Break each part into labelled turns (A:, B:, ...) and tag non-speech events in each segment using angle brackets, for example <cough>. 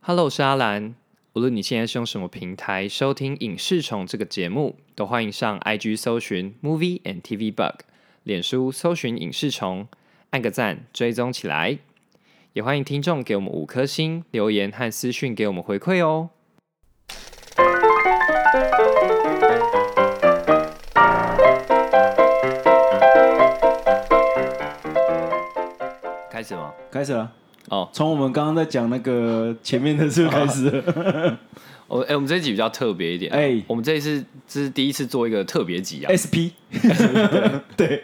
A: Hello，我是阿兰。无论你现在是用什么平台收听《影视虫》这个节目，都欢迎上 IG 搜寻 Movie and TV Bug，脸书搜寻影视虫，按个赞追踪起来。也欢迎听众给我们五颗星留言和私讯给我们回馈哦。开始吗？
B: 开始了。
A: 哦，
B: 从我们刚刚在讲那个前面的事开始了，
A: 我哎、我们这一集比较特别一点。哎、
B: 哎
A: 我们这一次这是第一次做一个特别集啊，
B: SP，对，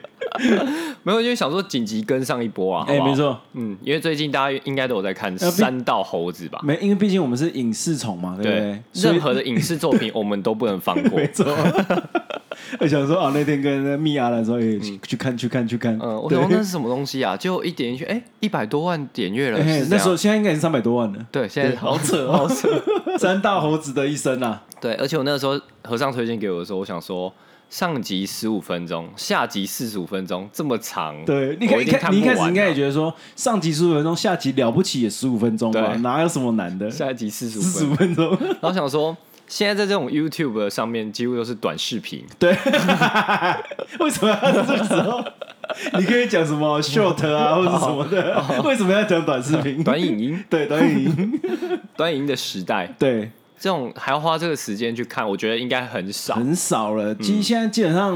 A: 没有，因为想说紧急跟上一波啊。好
B: 哎，
A: 不好
B: 没，错，
A: 嗯，因为最近大家应该都有在看《
B: 呃毕
A: 三道猴子》吧？
B: 没，因为毕竟我们是影视虫嘛，对不对？所以
A: 任何的影视作品我们都不
B: <laughs>
A: 能放过
B: 没。错。我想说啊，那天跟蜜阿兰说，哎，去去看，去看，去看。
A: 嗯，我
B: 对
A: 想说那是什么东西啊？就一点进去，哎，一百多万点阅了，
B: <laughs> 哎
A: 是这
B: 那
A: 样。
B: 时候现在应该是三百多万了
A: 对，现在好扯，好扯。
B: <laughs> 三大猴子的一生啊，
A: 对，而且我那个时候和尚推荐给我的时候，我想说。上集十五分钟，下集四十五分钟，这么长，
B: 对，你
A: 我
B: 看，
A: 一
B: 一
A: 定
B: 开
A: 看
B: 你一开
A: 不
B: 始
A: 完
B: 应该
A: 啊
B: 也觉得说，上集十五分钟，下集了不起也十五分钟吧，
A: 对
B: 哪有什么难的？
A: 下一集四十五分
B: 四十
A: 钟
B: 五，分钟，
A: 然后想说，现在在这种 YouTube 上面，几乎都是短视频，
B: 对， <laughs> 为什么要这个时候？你可以讲什么 short <laughs> 啊，或者什么的？为什么要讲短视频？
A: 短影音
B: <laughs> ，对短影 <laughs> 音，
A: 短影音的时代，
B: 对，
A: 这种还要花这个时间去看，我觉得应该很少。
B: <laughs> 很少了。其实现在基本上，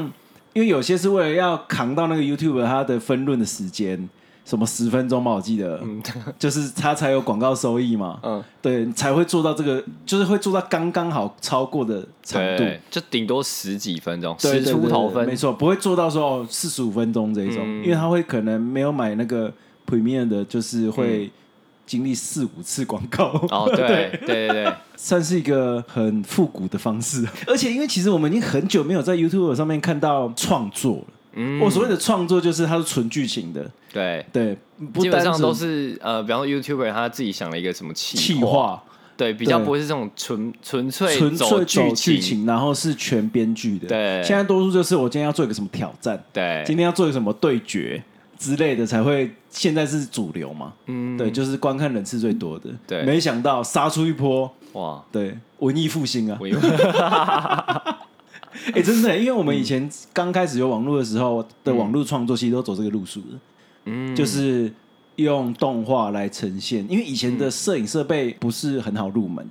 B: 因为有些是为了要扛到那个 YouTube 它的分论的时间，什么十分钟吧，我记得， <laughs> 就是它才有广告收益嘛。
A: 嗯，
B: 对，才会做到这个，就是会做到刚刚好超过的长度。
A: 对，就顶多十几分钟，
B: 对
A: 十出头
B: 对对对
A: 分嗯
B: 没。错，不会做到说四十五分钟这一种，因为他会可能没有买那个 Premium 的，就是会经历四五次广告，
A: 嗯
B: <laughs>
A: 哦，对对对对，
B: 算是一个很复古的方
A: <laughs>
B: 式。而且因为其实我们已经很久没有在 YouTube 上面看到创作了，
A: 嗯，
B: 我所谓的创作就是它是纯剧情的，
A: 对，
B: 对，不
A: 基本上
B: 单纯
A: 都是呃，比方说 YouTuber 他自己想了一个什么
B: 气
A: 气划，
B: 化，
A: 对，比较
B: 对
A: 不会是这种纯纯粹
B: 纯
A: 走
B: 粹走
A: 剧
B: 剧，情，然后是全编剧的。
A: 对
B: 现在多数就是我今天要做一个什么挑战。
A: 对，
B: 今天要做什么对决之类的才会，现在是主流嘛？嗯，对，就是观看人次最多的。
A: 对
B: 没想到杀出一波，
A: 哇，
B: 对，文艺复兴啊！
A: 我以为
B: 哎、真的、因为我们以前刚开始有网络的时候的网络创作，其实都走这个路数的，
A: 嗯，
B: 就是用动画来呈现。因为以前的摄影设备不是很好入门，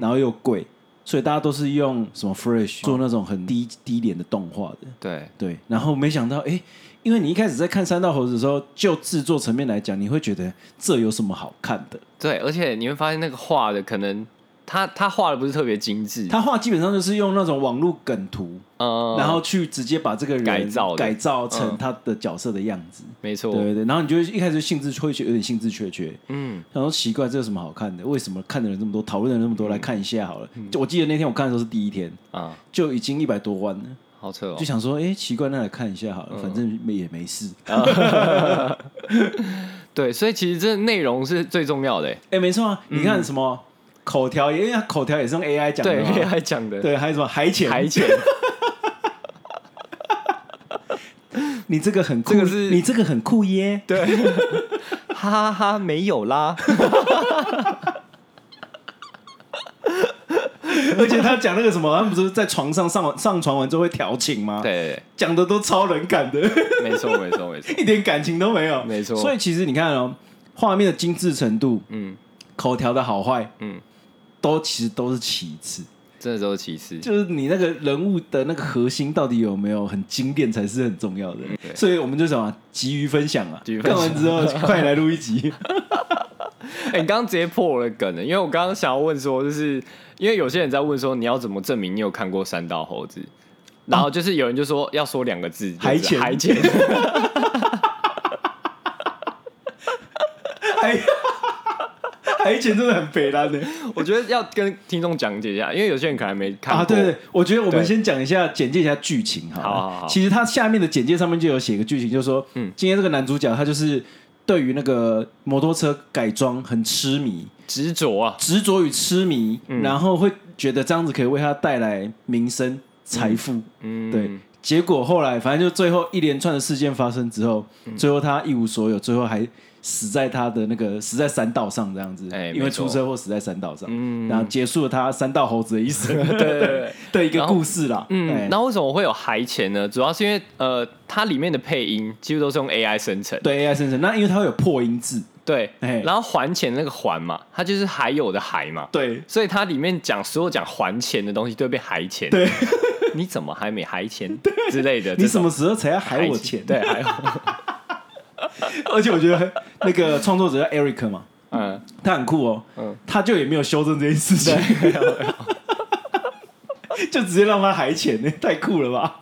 B: 然后又贵，所以大家都是用什么 Flash 做那种很低低廉的动画的。
A: 对，
B: 对，然后没想到，哎，因为你一开始在看《三道猴子》的时候，就制作层面来讲，你会觉得这有什么好看的？
A: 对，而且你会发现那个画的可能他他画的不是特别精致，
B: 他画基本上就是用那种网络梗图，
A: 呃，
B: 然后去直接把这个人
A: 改造的
B: 改造成
A: 嗯
B: 他的角色的样子。
A: 没
B: 对
A: 错，
B: 对对，然后你就一开始兴致会觉得有点兴致缺缺，
A: 嗯，
B: 想说奇怪，这有什么好看的？为什么看的人这么多，讨论的人这么
A: 嗯
B: 多？来看一下好了。就我记得那天我看的时候是第一天，
A: 啊，
B: 就已经一百多万了。
A: 好扯哦嗯
B: 就。想说，哎、奇怪，那来看一下好了，反正没也没事。
A: 对，所以其实这内容是最重要的欸。
B: 哎、没错啊，你看什么、口条也，因为它口条也是用 AI 讲
A: 对
B: 的嘛，
A: ，AI 讲的
B: 对，还有什么海潜，
A: 台前，
B: 你这个很酷，
A: 这个是
B: 你这个很
A: <laughs>
B: 酷耶，
A: <laughs> 对，哈哈哈，没有啦。
B: 而且他讲那个什么，他们不是在床上上完上床完之后会调情吗？，
A: 对，
B: 讲的都超冷感的， <laughs>
A: 没错，没错，没错。
B: 一点感情都没有，
A: 没错
B: 所以其实你看哦，画面的精致程度，
A: <laughs> 嗯
B: 口条的好坏，
A: 嗯，
B: 都其实都是其次，
A: 真的都是歧视。
B: 就是你那个人物的那个核心到底有没有很经典才是很重要的
A: 对，
B: 所以我们就什么急于分享啊
A: 急于，分
B: 看
A: 享
B: 完之后快来录一集。
A: 哎，你刚刚直接破我的梗了，因为我刚刚想要问说，就是因为有些人在问说，你要怎么证明你有看过《三道猴子》？然后就是有人就说要说两个字，就是
B: 海潜
A: 海潜，
B: <laughs> 海海潜真的很肥啦的
A: <laughs> 我觉得要跟听众讲解一下，因为有些人可能没看过。
B: 啊！对对，我觉得我
A: 对
B: 们先讲一下简介一下剧情哈。
A: 好好好
B: 其实它下面的简介上面就有写一个剧情，就是说，
A: 嗯
B: 嗯，今天这个男主角他就是对于那个摩托车改装很痴迷，
A: 执着啊，
B: 执着与痴迷，
A: 嗯
B: 然后会觉得这样子可以为他带来名声、财富，
A: 嗯，
B: 对。
A: 嗯
B: 结果后来，反正就最后一连串的事件发生之后，最后他一无所有，最后还死在他的那个死在山道上这样子，
A: 哎
B: 因
A: 没
B: 为
A: 错嗯
B: 出车祸死在山道上，然后结束了他山道猴子的一
A: <laughs>
B: 生对
A: 对对
B: 的一个
A: 然后
B: 故事啦。哎
A: 嗯，那为什么会有还钱呢？主要是因为呃，它里面的配音几乎都是用 AI 生成。
B: 对 AI 生成，那因为它会有破音字，
A: 对，
B: 哎
A: 然后还钱那个还嘛，它就是还有的还嘛，
B: 对
A: 所以它里面讲所有讲还钱的东西都会被还钱。对， <laughs> 你怎么还没还钱之类的？
B: 你
A: 这种
B: 什么时候才要还我钱？
A: 对，还我，
B: <laughs> 而且我觉得那个创作者叫 Eric 嘛，
A: 嗯，
B: 他很酷哦，
A: 嗯
B: 他就也没有修正这件事情， <laughs> 就直接让他还钱呢， <laughs> 太酷了吧？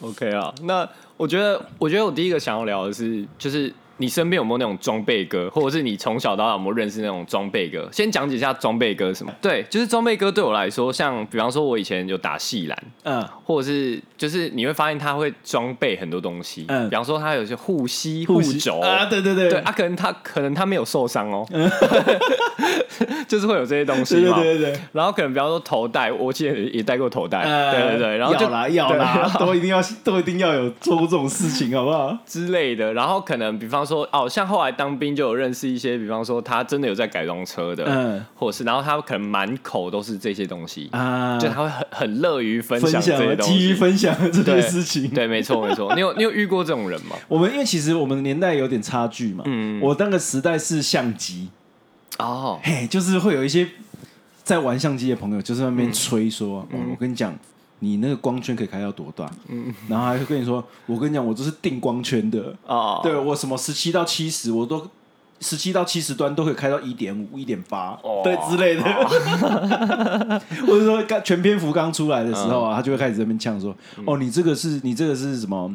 A: OK 啊，那我觉得，我觉得我第一个想要聊的是，就是你身边有没有那种装备哥，或者是你从小到大有没有认识那种装备哥？先讲解一下装备哥是什么？对，就是装备哥对我来说，像比方说，我以前有打细篮，
B: 嗯，
A: 或者是就是你会发现他会装备很多东西，
B: 嗯
A: 比方说他有些护膝、护
B: 护膝
A: 肘
B: 啊，对对对，
A: 对啊，可能他可能他没有受伤哦， <laughs> 就是会有这些东西
B: 对
A: 嘛。
B: 对对对对。
A: 然后可能比方说头带，我记得也戴过头带，
B: 呃
A: 哎对对对，然后就
B: 要啦要
A: 对然
B: 啦，
A: 后
B: 都一定要都一定要有做过这种事情，好不
A: <laughs>
B: 好？
A: 之类的。然后可能比方说，哦，像后来当兵就有认识一些，比方说他真的有在改装车的，
B: 嗯
A: 或者是然后他可能满口都是这些东西，
B: 啊
A: 就他会很很乐于分
B: 分
A: 享这些
B: 享
A: 东
B: 基于
A: 西。
B: 分享这
A: 对
B: 件事情。
A: 对，没错没错。你有你有遇过这种人吗？
B: 我们因为其实我们的年代有点差距嘛，
A: 嗯
B: 我那个时代是相机，
A: 哦，
B: 嘿，就是会有一些在玩相机的朋友，就在那边吹说，哦我跟你讲。你那个光圈可以开到多大？嗯，然后还会跟你说，我跟你讲，我这是定光圈的，
A: 哦，
B: 对我什么十七到七十，我都十七到七十端都可以开到一点五、一点八，对之类的。 <laughs> 或者说刚全篇幅刚出来的时候啊，他就会开始这边呛说：“哦，你这个是你这个是什么？”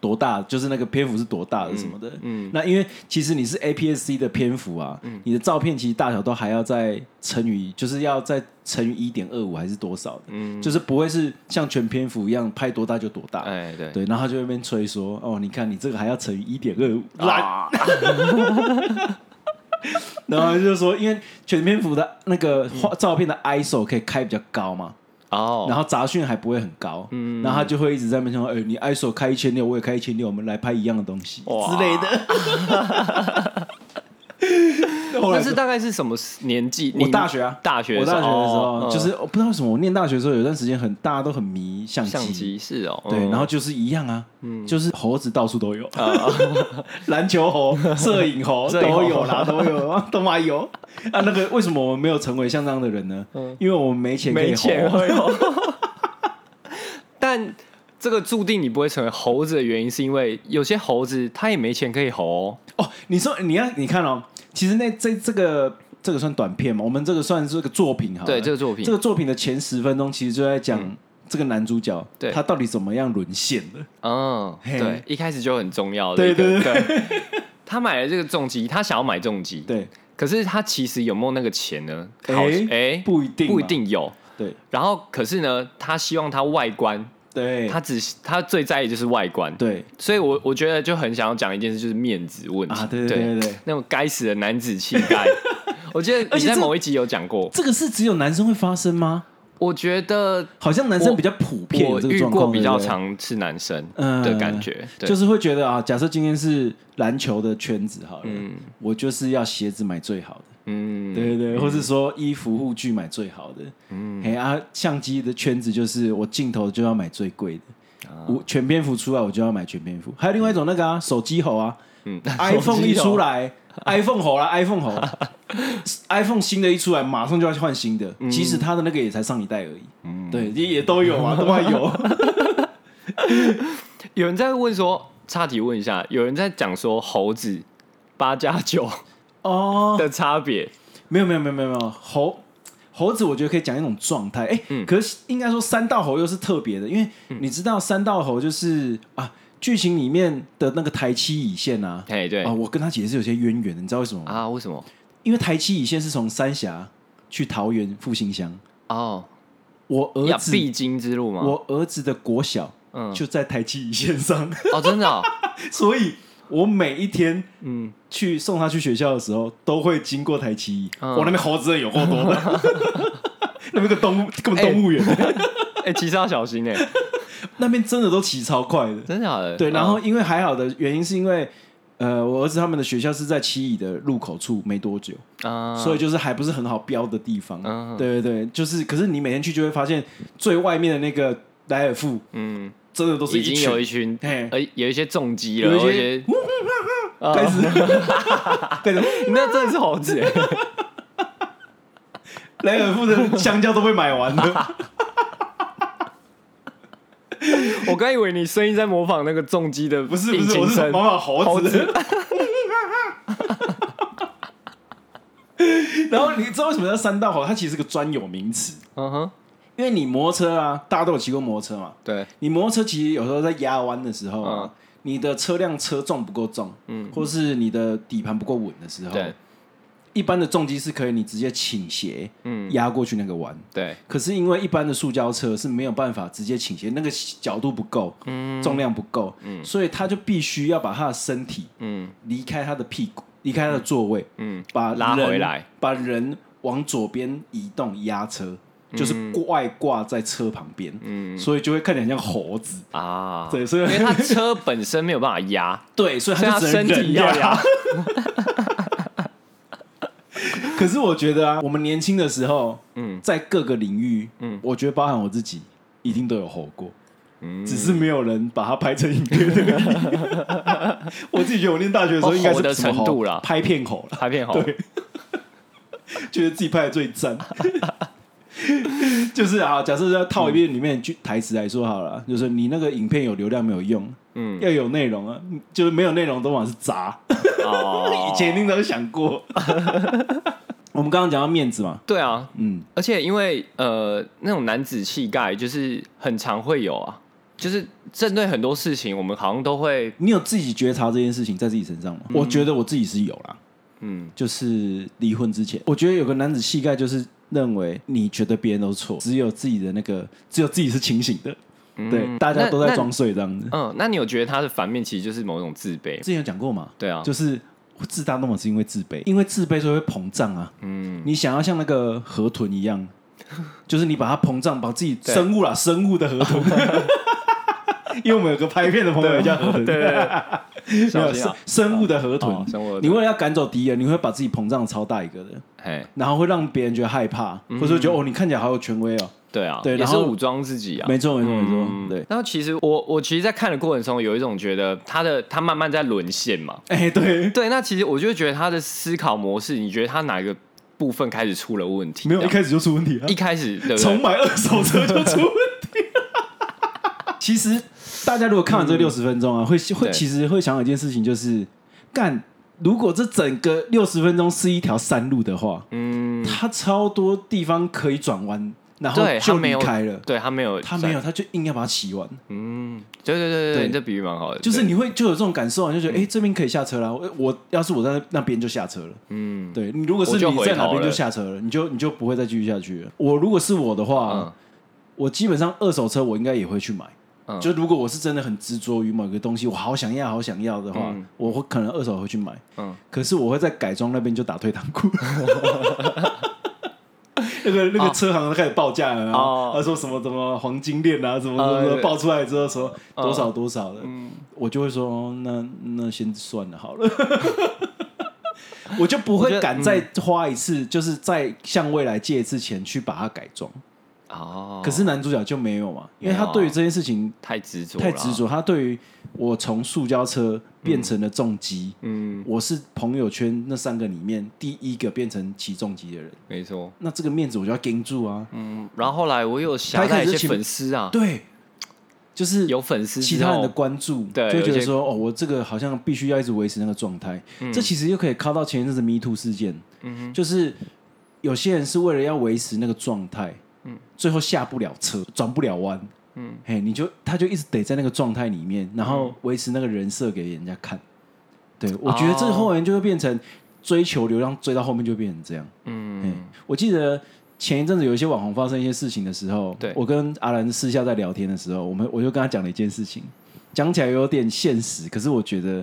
B: 多大？就是那个篇幅是多大的什么的？嗯，那因为其实你是 APS-C 的篇幅啊，你的照片其实大小都还要再乘以，就是要再乘以一点二五还是多少的？嗯，就是不会是像全篇幅一样拍多大就多大。
A: 哎对，
B: 对，然后他就在那边吹说：“哦，你看你这个还要乘以一点二五。”
A: 啊
B: 然后他就说，因为全篇幅的那个画照片的 ISO 可以开比较高嘛，
A: 哦
B: 然后杂讯还不会很高，嗯，然后他就会一直在那边说：“哎，你 ISO 开一千六，我也开一千六，我们来拍一样的东西
A: 哇
B: 之类的。”
A: <laughs>
B: 后来
A: 那
B: 就是
A: 大概是什么年纪？
B: 我
A: 你
B: 大学啊，
A: 大学
B: 我大学的时
A: 哦
B: 候，
A: 嗯
B: 就是我不知道为什么我念大学的时候有段时间很大家都很迷相
A: 相机是哦，
B: 对，
A: 嗯
B: 然后就是一样啊，就是猴子到处都有， <laughs> 篮球
A: <laughs>
B: 猴、摄影猴
A: 摄影猴
B: 都有啦，都有 <laughs> 啊，都嘛有啊。那个为什么我们没有成为像这样的人呢？因为我们没钱可以
A: 嗯没
B: 猴，
A: 钱会哦有， <laughs> 但这个注定你不会成为猴子的原因，是因为有些猴子他也没钱可以猴哦、
B: 哦。你说你要你看哦，其实那这这个这个算短片嘛，我们这个算是个作品哈。
A: 对这个作品嗯
B: 这个作品的前十分钟其实就在讲这个男主角
A: 对
B: 他到底怎么样沦陷的。
A: 嗯，
B: 嘿
A: 对，一开始就很重要的一个。
B: 对
A: 对他买了这个重机，他想要买重机，
B: 对，
A: 可是他其实有没有那个钱呢？
B: 哎
A: 好，哎、
B: 不一定嘛
A: 不一定有。
B: 对
A: 然后，可是呢，他希望他外观，
B: 对，
A: 他只他最在意就是外观。
B: 对
A: 所以我，我觉得就很想要讲一件事，就是面子问题。
B: 啊，对对对对对。
A: 那种该死的男子气
B: <laughs>
A: 概。我记得
B: 而
A: 你
B: 且
A: 在
B: 这
A: 某一集有讲过，
B: 这个是只有男生会发生吗？
A: 我觉得
B: 好像男生比较普遍有
A: 我
B: 这个
A: 遇
B: 状况，
A: 过比较
B: 对不对，
A: 常是男生
B: 嗯
A: 的感觉，对
B: 就是会觉得啊，假设今天是篮球的圈子好了，我就是要鞋子买最好的，
A: 嗯，
B: 对对对，或是说衣服护具买最好的，嗯，哎啊，相机的圈子就是我镜头就要买最贵的，
A: 啊
B: 我全篇幅出来我就要买全篇幅，还有另外一种那个啊，手机猴
A: <laughs>
B: 啊，
A: 嗯
B: <laughs> iPhone
A: 手
B: 一
A: 机哦
B: 出
A: <laughs>
B: 来，iPhone 猴啦，iPhone 猴，iPhone 新的一出来，马上就要去换新
A: 嗯
B: 的，即使他的那个也才上一代而已，对，也也都有啊，都还
A: <laughs>
B: 有，
A: 有人在问说，岔题问一下，有人在讲说猴子八加九
B: 哦，
A: 的差别，
B: 没有没有没有没有没有猴猴子，我觉得可以讲一种状态。哎、
A: 嗯
B: 可是应该说三道猴又是特别的，因为你知道三道猴就是啊，剧情里面的那个台七乙线啊，
A: 哎，对
B: 啊，我跟他姐是有些渊源的，你知道为什么吗？
A: 啊，为什么？
B: 因为台七乙线是从三峡去桃园复兴乡，
A: 哦，
B: 我儿
A: 要
B: 子
A: 必经之路吗？
B: 我儿子的国小
A: 嗯，
B: 就在台七乙线上，
A: <laughs> 哦，真的哦，
B: <laughs> 所以我每一天
A: 嗯，
B: 去送他去学校的时候，都会经过台七一。
A: 嗯
B: 我那边猴子真的有够多 <laughs> 的，那边个动物，根本动物园。 <laughs>
A: 哎，其实要小心哎，
B: 那边真的都骑超快的。
A: 真的假的？
B: 欸对，然后
A: 嗯
B: 因为还好的原因是因为，呃，我儿子他们的学校是在七乙的入口处没多久，
A: 啊，
B: 所以就是还不是很好标的地方。
A: 嗯
B: 对对对，就是，可是你每天去就会发现最外面的那个莱尔富
A: 嗯，
B: 真的都是
A: 已
B: 一
A: 经
B: 群
A: 有一群
B: 嘿
A: 呃有一些重击了，
B: 有一
A: 我
B: 些
A: 觉得啊
B: 开始
A: 哦
B: <laughs> 开始
A: 那真的是猴子，欸
B: <laughs> 莱尔富的香蕉都被买
A: <laughs>
B: 完了，
A: 我刚以为你声音在模仿那个重击的
B: 不是
A: 引
B: 不是，
A: 擎
B: 我是
A: 声
B: 模仿猴
A: 猴
B: 子。 <laughs> 然后你知道为什么叫三道猴？它其实是个专有名词，
A: 嗯哼，
B: 因为你摩托车啊，大家都有骑过摩托车嘛，
A: 对，
B: 你摩托车其实有时候在压弯的时候、啊，你的车辆车重不够重，
A: 嗯
B: 或是你的底盘不够稳的时候，
A: 对，
B: 一般的重机是可以你直接倾斜
A: 嗯，
B: 压过去那个弯。
A: 对，
B: 可是因为一般的塑胶车是没有办法直接倾斜，那个角度不够，
A: 嗯
B: 重量不够，
A: 嗯
B: 所以他就必须要把他的身体
A: 嗯
B: 离开他的屁股，离开他的座位，
A: 嗯，
B: 把
A: 拉
B: 人
A: 回来，
B: 把人往左边移动压车，就是外挂在车旁边，
A: 嗯
B: 所以就会看起来很像猴子。
A: 啊，
B: 对所以
A: 因
B: <laughs>
A: 为它车本身没有办法压，
B: 对，所以
A: 所以
B: <laughs>
A: 它
B: 他就只能
A: 身体
B: 忍
A: 要压
B: 压。，可是我觉得啊，我们年轻的时候，
A: 嗯
B: 在各个领域，
A: 嗯
B: 我觉得包含我自己，一定都有吼过，
A: 嗯，
B: 只是没有人把它拍成影
A: <laughs>
B: 片而已。我自己觉得我念大学的时候，应该
A: 吼
B: 是
A: 哦的
B: 什么
A: 程度啦
B: 拍片吼
A: <laughs>
B: 了，
A: 拍片猴，
B: 对 <laughs> 觉得自己拍的最赞。 <laughs> 就是啊，假设要套一遍里面的句台词来说好了，就是你那个影片有流量没有用，
A: 嗯，
B: 要有内容啊，就是没有内容都往是砸。
A: 哦
B: 以前一定都想过。 <laughs> 我们刚刚讲到面子嘛，
A: 对啊，
B: 嗯，
A: 而且因为呃，那种男子气概就是很常会有啊，就是针对很多事情，我们好像都会
B: 你有自己觉察这件事情在自己身上吗？我觉得我自己是有啦，
A: 嗯
B: 就是离婚之前，我觉得有个男子气概就是认为你觉得别人都错，只有自己的那个，只有自己是清醒的，
A: 嗯
B: 对，大家都在。装
A: 那
B: 睡这样子。
A: 那嗯，那你有觉得他的反面其实就是某种自卑
B: 之？前有讲过嘛，
A: 对啊，
B: 就是我自大那么是因为自卑，因为自卑所以会膨胀啊。
A: 嗯
B: 你想要像那个河豚一
A: <laughs>
B: 样，就是你把它膨胀，把自己生物啦，生物的河豚。
A: <laughs>
B: 因为我们有个拍片的朋友也叫河豚，
A: 对对对，
B: <laughs> <laughs> 没
A: 小
B: 有
A: 心
B: 生
A: 啊
B: 生物的河豚
A: 哦。生物的河豚
B: 你为了要赶走敌人，你会把自己膨胀得超大一个的，
A: 嘿，
B: 然后会让别人觉得害怕，
A: 嗯
B: 或者说觉得哦，你看起来好有权威哦。
A: 对啊，
B: 对
A: 也
B: 然
A: 是
B: 后
A: 武装自己啊，
B: 没错，没错，没
A: 嗯
B: 错，对。
A: 然后其实我我其实，在看的过程中，有一种觉得他的他慢慢在沦陷嘛。
B: 哎，对，
A: 对，那其实我就觉得他的思考模式，你觉得他哪一个部分开始出了问题？
B: 没有
A: 这
B: 一
A: 样
B: 开始就出问题啊
A: 一，开始对不
B: 从
A: 对？
B: 买二手车就出问题。其实大家如果看完这六十分钟啊，会会
A: 对
B: 其实会想到一件事情，就是干，如果这整个六十分钟是一条山路的话，
A: 嗯，
B: 它超多地方可以转弯，然后
A: 对，他
B: 就
A: 没
B: 离
A: 有
B: 开了。
A: 对他没有，
B: 他没有，，他就硬要把它骑完，
A: 嗯，对对对对，
B: 对
A: 你这比喻蛮好的，
B: 就是
A: 对嗯
B: 你会就有这种感受啊，你就觉得哎、诶这边可以下车啦。我我要是我在那那边就下车了。
A: 嗯，
B: 对你如果是
A: 我就
B: 你
A: 回
B: 在哪
A: 头
B: 边就
A: 了
B: 下车了，你就你就不会再继续下去了。我如果是我的话，
A: 嗯
B: 我基本上二手车我应该也会去买。
A: 嗯
B: 就如果我是真的很执着于某个东西，我好想要、好想要的话，
A: 嗯
B: 我会可能二手会去买。
A: 嗯
B: 可是我会在改装那边就打退堂
A: <laughs>
B: 鼓。那个那个车行开始报价了，然
A: 啊哦
B: 后啊他说什么什么黄金链啊，什么什么什
A: 哦
B: 么报出来之后说
A: 嗯
B: 多少多少的，我就会说哦那那先算了好了， <laughs> 我就不
A: 我觉
B: 会
A: 得嗯
B: 敢再花一次，就是再向未来借一次钱去把它改装。
A: 哦，
B: 可是男主角就没有嘛，因为
A: 没有
B: 他对于这件事情
A: 太执着，
B: 太执，着，他对于我从塑胶车变成了重机，
A: 嗯，
B: 我是朋友圈那三个里面第一个变成起重机的人，
A: 没错，
B: 那这个面子我就要盯住啊。
A: 嗯，然后后来我有想到
B: 他一开
A: 一些
B: 始就
A: 粉丝啊，
B: 对，就是
A: 有粉丝
B: 其
A: 之
B: 他人
A: 后
B: 的关注，
A: 对
B: 就觉
A: 有
B: 得
A: 些嗯
B: 说哦，我这个好像必须要一直维持那个状态。这其实又可以靠到前一阵子 Me Too 事件，就是有些人是为了要维持那个状态，
A: 嗯
B: 最后下不了车，转不了弯，嗯，嘿，你就他就一直得在那个状态里面，然
A: 嗯
B: 后维持那个人设给人家看。对，我觉得这
A: 哦
B: 后面就会变成追求流量，追到后面就变成这样。嗯
A: 嗯，
B: 我记得前一阵子有一些网红发生一些事情的时候，
A: 对
B: 我跟阿兰私下在聊天的时候，我们我就跟他讲了一件事情，讲起来有点现实，可是我觉得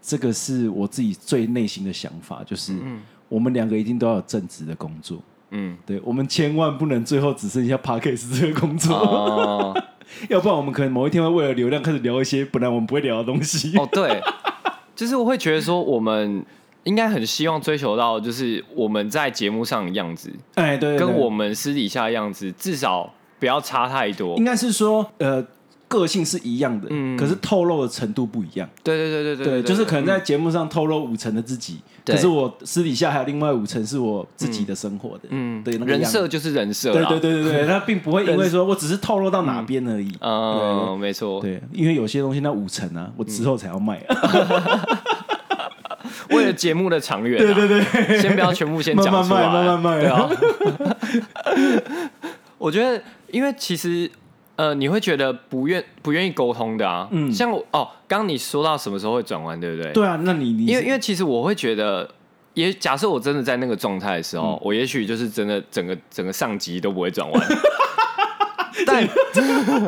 B: 这个是我自己最内心的想法，就是我们两个一定都要有正职的工作，
A: 嗯，
B: 对我们千万不能最后只剩下 p a c k a s 这个工作，
A: 哦，
B: <laughs> 要不然我们可能某一天会为了流量开始聊一些本来我们不会聊的东西。
A: 哦，
B: <laughs>
A: 对，就是我会觉得说，我们应该很希望追求到，就是我们在节目上的样子，
B: 哎，对对对
A: 跟我们私底下的样子，至少不要差太多
B: 应。该是说，呃，个性是一样的，
A: 嗯
B: 可是透露的程度不一样。
A: 对对对对对，
B: 对，就是可能在
A: 嗯
B: 节目上透露五成的自己，
A: 对
B: 可是我私底下还有另外五成是我自己的生活的，嗯，对，那个样
A: 人
B: 子
A: 设就是人设
B: 对
A: 啦，
B: 对对
A: <laughs>
B: 对对，他并不会因为说我只是透露到哪边而已。
A: 嗯，没错。
B: 对，因为有些东西那五成啊，我之后才
A: <laughs>
B: 要卖，
A: 为了节目的长远、啊，对对对， <laughs> 先不要全部先讲出来，
B: 慢慢卖慢慢卖
A: 对啊。 <laughs> 我觉得，因为其实呃，你会觉得不愿不愿意沟通的啊，嗯，像我哦，刚刚你说到什么时候会转弯，对不对？，
B: 对啊，那你你
A: 因为因为其实我会觉得。也假设我真的在那个状态的时
B: 嗯
A: 候，我也许就是真的整个整个上级都不会
B: <laughs>
A: 转弯， <laughs> 但 <laughs>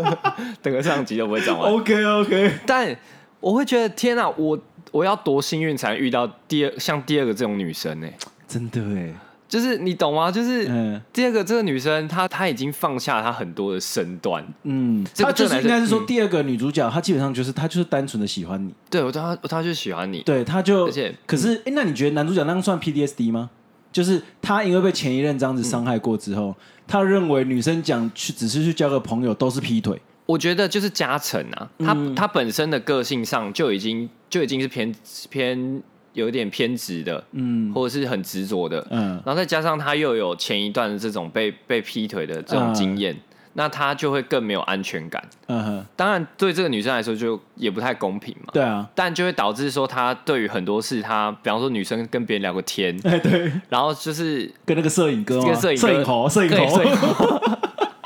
A: 整个上级都不会转弯。
B: OK OK，
A: 但我会觉得天啊，我我要多幸运才能遇到第二像第二个这种女生呢、欸
B: 真的哎，
A: 就是你懂吗？就是、
B: 嗯
A: 第二个这个女生，她她已经放下她很多的身段，
B: 嗯，
A: 这个
B: 他就是
A: 这个男生
B: 应该是说
A: 嗯
B: 第二个女主角，她基本上就是她就是单纯的喜欢你，
A: 对我她她就喜欢你，
B: 对，她就
A: 而且嗯
B: 可是哎，那你觉得男主角那样算 PDSD 吗？就是他因为被前一任这样子伤害过之后，他认为女生讲去只是去交个朋友都是劈腿，
A: 我觉得就是加成啊，她、
B: 嗯
A: 她本身的个性上就已经就已经是偏偏有一点偏执的，
B: 嗯
A: 或者是很执着的，
B: 嗯，
A: 然后再加上她又有前一段的这种被被劈腿的这种经验，那她就会更没有安全感。
B: 嗯哼，
A: 当然，对这个女生来说就也不太公平嘛。
B: 对啊，
A: 但就会导致说，她对于很多事，她比方说女生跟别人聊个天，
B: 哎对，
A: 然后就是
B: 跟那个摄影哥吗，
A: 跟摄影哥
B: 摄影猴，摄影
A: 对
B: 猴
A: 摄，影猴
B: <laughs>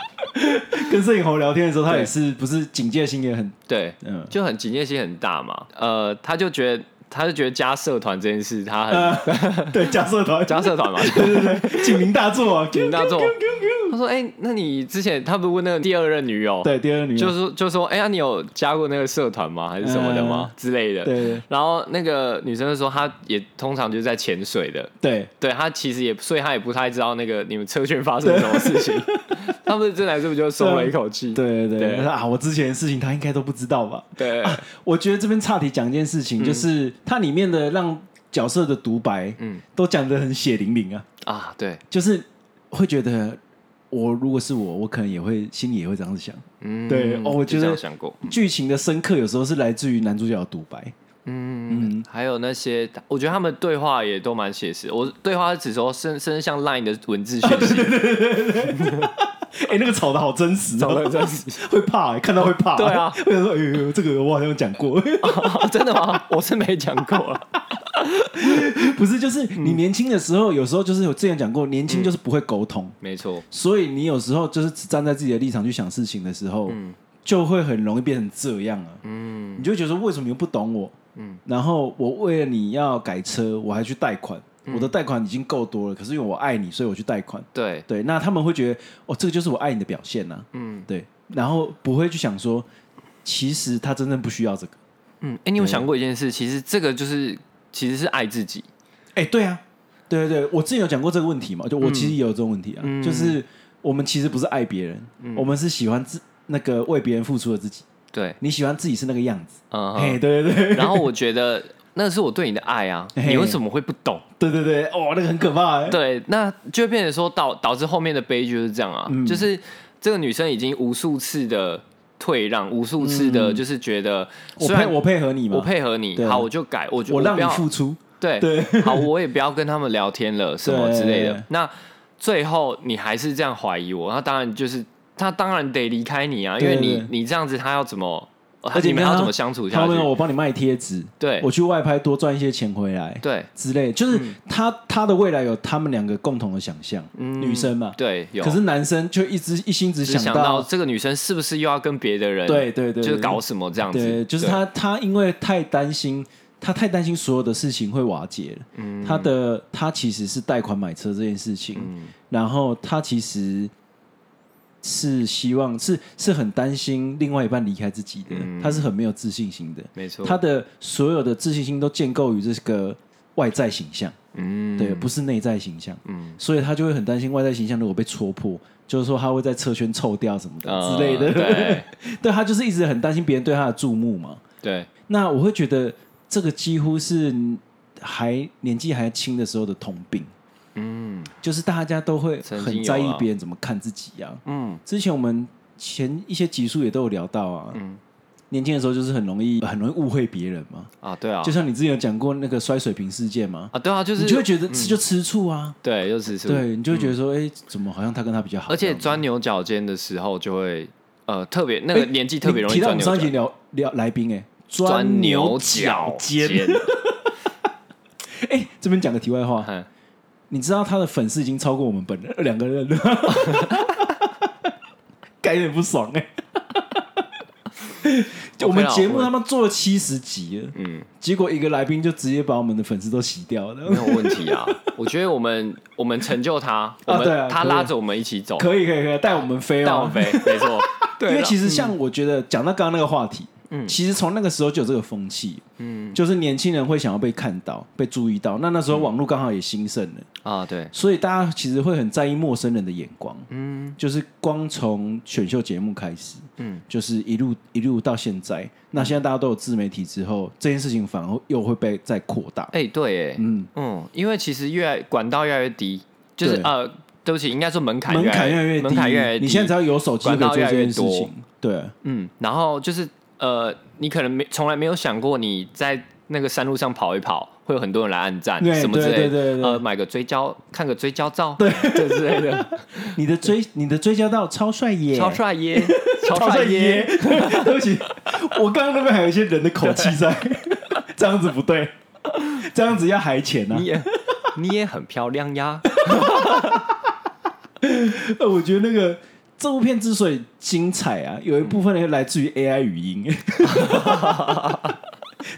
B: 跟摄影猴聊天的时候，他
A: 对
B: 也是不是警戒心也很，
A: 对， <laughs>
B: 嗯，
A: 就很警戒心很大嘛。呃，他就觉得他就觉得加社团这件事，他很、
B: 呃对，加社团，
A: 加社团
B: <laughs>
A: 嘛。
B: 对对对，警铃大作啊，警
A: 铃大作他说：“哎、那你之前他不是问那个第二任女友，
B: 对，第二女友
A: 就说就说，哎、呀、你有加过那个社团吗？还是什么的
B: 呃
A: 吗？之类的。
B: 对
A: 然后那个女生就说，她也通常就是在潜水的，
B: 对
A: 对她其实也，所以她也不太知道那个你们车圈发生了什么事情。 <laughs> 他们进来是不是就松了一口气？
B: 对对对
A: 对
B: 啊！我之前的事情他应该都不知道吧？
A: 对，
B: 我觉得这边岔题讲一件事情，就是它里面的让角色的独白，嗯
A: 嗯，
B: 都讲的很血淋淋啊，
A: 啊，对，
B: 就是会觉得我如果是我，我可能也会心里也会这样子想。
A: 嗯，
B: 对哦我觉
A: 就
B: 得
A: 这样想过，
B: 剧情的深刻有时候是来自于男主角的独白， <laughs>
A: 嗯，还有那些，我觉得他们对话也都蛮写实。我对话只说甚甚至像 LINE 的文字
B: 啊
A: 讯 <laughs> 息，
B: 哎，那个吵的好真实
A: 长得 <laughs>
B: 哦，
A: 很真实。
B: 会怕欸，看到会怕。
A: 对啊
B: 会说哎呦呦，这个我好像讲过， <laughs>
A: 哦真的吗？我是没讲过啊。
B: 不是，就是你
A: 嗯
B: 年轻的时候，有时候就是我之前讲过，年轻就是不会沟通，
A: 没错，
B: 所以你有时候就是只站在自己的立场去想事情的时候，就会很容易变成这样啊。嗯，你就会觉得说为什么你又不懂我？嗯，然后我为了你要改车，我还去贷款，我的贷款已经够多了，可是因为我爱你，所以我去贷款。
A: 对，
B: 对，那他们会觉得哦，这个就是我爱你的表现呐、
A: 嗯
B: 对，然后不会去想说，其实他真正不需要这个。
A: 嗯，哎、你有想过一件事？其实这个就是其实是爱自己，
B: 哎，对啊，对对对，我之前有讲过这个问题嘛，就我其实
A: 嗯
B: 也有这种问题啊，就是我们其实不是爱别人，
A: 嗯
B: 我们是喜欢自那个为别人付出的自己。
A: 对，
B: 你喜欢自己是那个样子，
A: 嗯
B: 哎，
A: 哼。
B: 对对对
A: 然后我觉得那是我对你的爱啊，
B: 嘿
A: 你为什么会不懂？
B: 对对对，哦，那个很可怕欸，
A: 对，那就变成说导导致后面的悲剧就是这样啊，
B: 嗯
A: 就是这个女生已经无数次的退让，无数次的，就是觉得、
B: 嗯我
A: 虽
B: 配
A: 然
B: 我配合你嘛，
A: 我配合你
B: 对，啊
A: 好，我就改，我就
B: 我让
A: 不
B: 你
A: 要
B: 付出，
A: 对
B: 对
A: <laughs> 好，我也不要跟他们聊天了，什么之类
B: 对
A: 的。那最后你还是这样怀疑我，那当然就是他当然得离开你啊，因为
B: 对
A: 你
B: 对
A: 你这样子，他要怎么，
B: 而且
A: 你们
B: 你看
A: 要
B: 他
A: 怎么相处下
B: 他
A: 去
B: 们？我帮你卖贴纸，
A: 对
B: 我去外拍多赚一些钱回来，
A: 对嗯
B: 之类，就是他他的未来有他们两个共同的想象，女生嘛，
A: 嗯对，有。
B: 可是男生却一直一心只
A: 只
B: 想
A: 想到这个女生是不是又要跟别的人，
B: 对对对，
A: 就是搞什么这样子，
B: 对，就是他他因为太担心，他太担心所有的事情会瓦解了。
A: 嗯
B: 他的他其实是贷款买车这件事情，
A: 嗯
B: 然后他其实是希望是是很担心另外一半离开自己的，
A: 嗯
B: 他是很没有自信心的。
A: 没错，
B: 他的所有的自信心都建构于这个外在形象，嗯，对，不是内在形象，嗯，所以他就会很担心外在形象如果被戳破，就是说他会在侧圈臭掉什么的
A: 嗯
B: 之类的。
A: 对
B: <laughs> 对，他就是一直很担心别人对他的注目嘛。
A: 对，
B: 那我会觉得这个几乎是还年纪还轻的时候的通病，
A: 嗯
B: 就是大家都会
A: 曾经有
B: 很在意
A: 啊
B: 别人怎么看自己啊。
A: 嗯
B: 之前我们前一些集数也都有聊到啊，
A: 嗯
B: 年轻的时候就是很容易很容易误会别人嘛，
A: 啊，对啊，
B: 就像你之前有讲过那个摔水瓶事件嘛，
A: 啊，对啊，就
B: 你
A: 是
B: 就会觉得吃就吃醋啊，
A: 对，又吃醋，
B: 对，你就会觉得说，哎、怎么好像他跟他比较好，
A: 而且
B: 这样
A: 钻牛角尖的时候就会呃特别那个
B: 哎
A: 年纪特别容易
B: 你提到我
A: 钻牛角
B: 们上一集
A: 尖，
B: 聊聊来宾哎、
A: 钻牛
B: 牛
A: 角
B: 尖， <laughs>
A: 尖，
B: 哎、这边讲个题外话，
A: 嗯
B: 你知道他的粉丝已经超过我们本人两个
A: <laughs>
B: 人了，感觉有点不爽哎、就我们节目他妈做了七十集了，
A: 嗯，
B: 结果一个来宾就直接把我们的粉丝都洗掉
A: 没
B: 了。
A: 有问题啊。我觉得我们我们成就他，我
B: 啊对
A: 们
B: 啊
A: 他
B: 可以
A: 拉着我们一起走，
B: 可以可以可以，啊带我们飞
A: 带我
B: 哦
A: 们！飞，没
B: <laughs>
A: 错。
B: 因为其
A: 实
B: 实像我觉得讲到刚刚那个话题，
A: 嗯
B: 其实从那个时候就有这个风气，
A: 嗯
B: 就是年轻人会想要被看到、被注意到。那那时候网络刚好也兴盛了，
A: 啊，对，
B: 所以大家其实会很在意陌生人的眼光。
A: 嗯
B: 就是光从选秀节目开始，
A: 嗯
B: 就是一路一路到现在。那现在大家都有自媒体之后，这件事情反而又会被再扩大。
A: 哎、对，哎，
B: 嗯，
A: 嗯，因为其实越来管道越来越低，就是
B: 对
A: 呃，对不起，应该说门槛
B: 门槛
A: 越
B: 越来越低，
A: 门槛越来越低。
B: 你现在只要有手机就可以做这件事
A: 管道越来越
B: 情。对，
A: 嗯，然后就是呃，你可能没从来没有想过你在那个山路上跑一跑，会有很多人来按赞
B: 对
A: 什么之类的，
B: 对对对对
A: 呃，买个追焦，看个追焦
B: <laughs>
A: 照，对，这之类的，
B: 你的追你的追加到超帅耶，
A: 超帅耶，超
B: 超
A: 帅
B: 帅
A: 耶
B: 耶，， <laughs> 对不起，我刚刚那边还有一些人的口气在， <laughs> 这样子不对，这样子要还钱啊
A: 你。也你也很漂亮
B: <laughs>
A: 呀，
B: 呃，我觉得那个这部片之所以精彩啊，有一部分呢来自于 AI 语音， <laughs>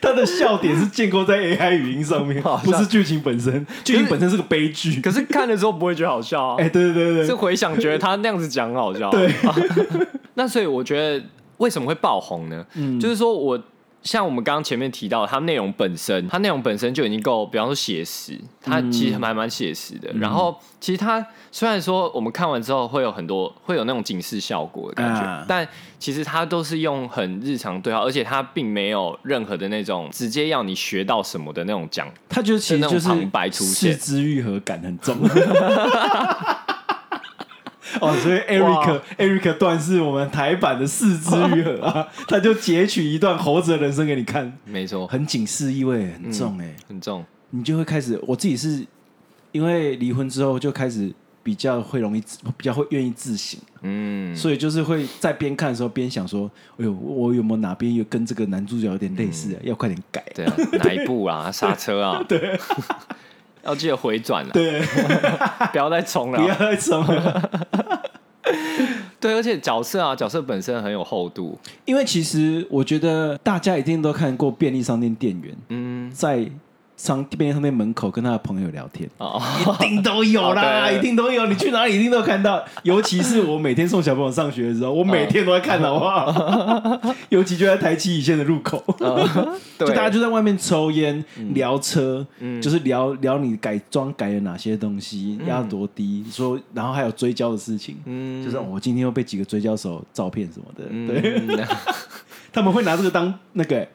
B: 它的笑点是建构在 AI 语音上面
A: 好，像
B: 不是剧情本身，剧情本身是个悲剧。
A: 可是看的时候不会觉得好笑啊，
B: <laughs> 哎，对对对
A: 是
B: 对，
A: 回想觉得他那样子讲很好笑。
B: 对
A: 啊， <laughs> 那所以我觉得为什么会爆红呢？
B: 嗯
A: 就是说我像我们刚刚前面提到，它内容本身，它内容本身就已经够，比方说写实，它其
B: 嗯
A: 实还蛮写实的。然后其实它虽然说我们看完之后会有很多会有那种警示效果的感觉，
B: 啊
A: 但其实它都是用很日常对话，而且它并没有任何的那种直接要你学到什么的那种讲。
B: 它就其实就
A: 就那种旁白
B: 是
A: 出现
B: 四肢愈合感很重。 <laughs> 哦，所以
A: 哇
B: Eric Eric 段是我们台版的四肢愈合
A: <laughs>
B: 啊，他就截取一段猴子的人生给你看，
A: 没错，
B: 很警示意味很重哎、
A: 很重。
B: 你就会开始，我自己是因为离婚之后就开始比较会容易自，比较会愿意自省，
A: 嗯，
B: 所以就是会在边看的时候边想说，哎呦，我有没有哪边有跟这个男主角有点类似啊？要快点改。
A: 对啊，哪一步啊？刹车
B: <laughs>
A: 啊？对，要记得回转啊，
B: 对，
A: <laughs> 不要再冲
B: 不
A: 了
B: 要
A: 啊。
B: 再冲了。
A: 对，而且角色啊，角色本身很有厚度。
B: 因为其实我觉得大家一定都看过便利商店店员
A: 嗯，
B: 在商便利商店门口跟他的朋友聊天，
A: 哦，
B: <laughs> 一定都有
A: 哦
B: 啦，
A: 对
B: 一定都有。你去哪里一定都看到，尤其是我每天送小朋友上学的时候，我每天都在看，好不好？
A: <laughs>
B: 尤其就在台七一线的入口，就
A: 哦对，嗯
B: 大家就在外面抽烟、聊车，就是聊聊你改装改了哪些东西，压多低，说然后还有追焦的事情，
A: 嗯
B: 就是哦我今天又被几个追焦手照片什么的，对
A: 嗯
B: 他们会拿这个当那个欸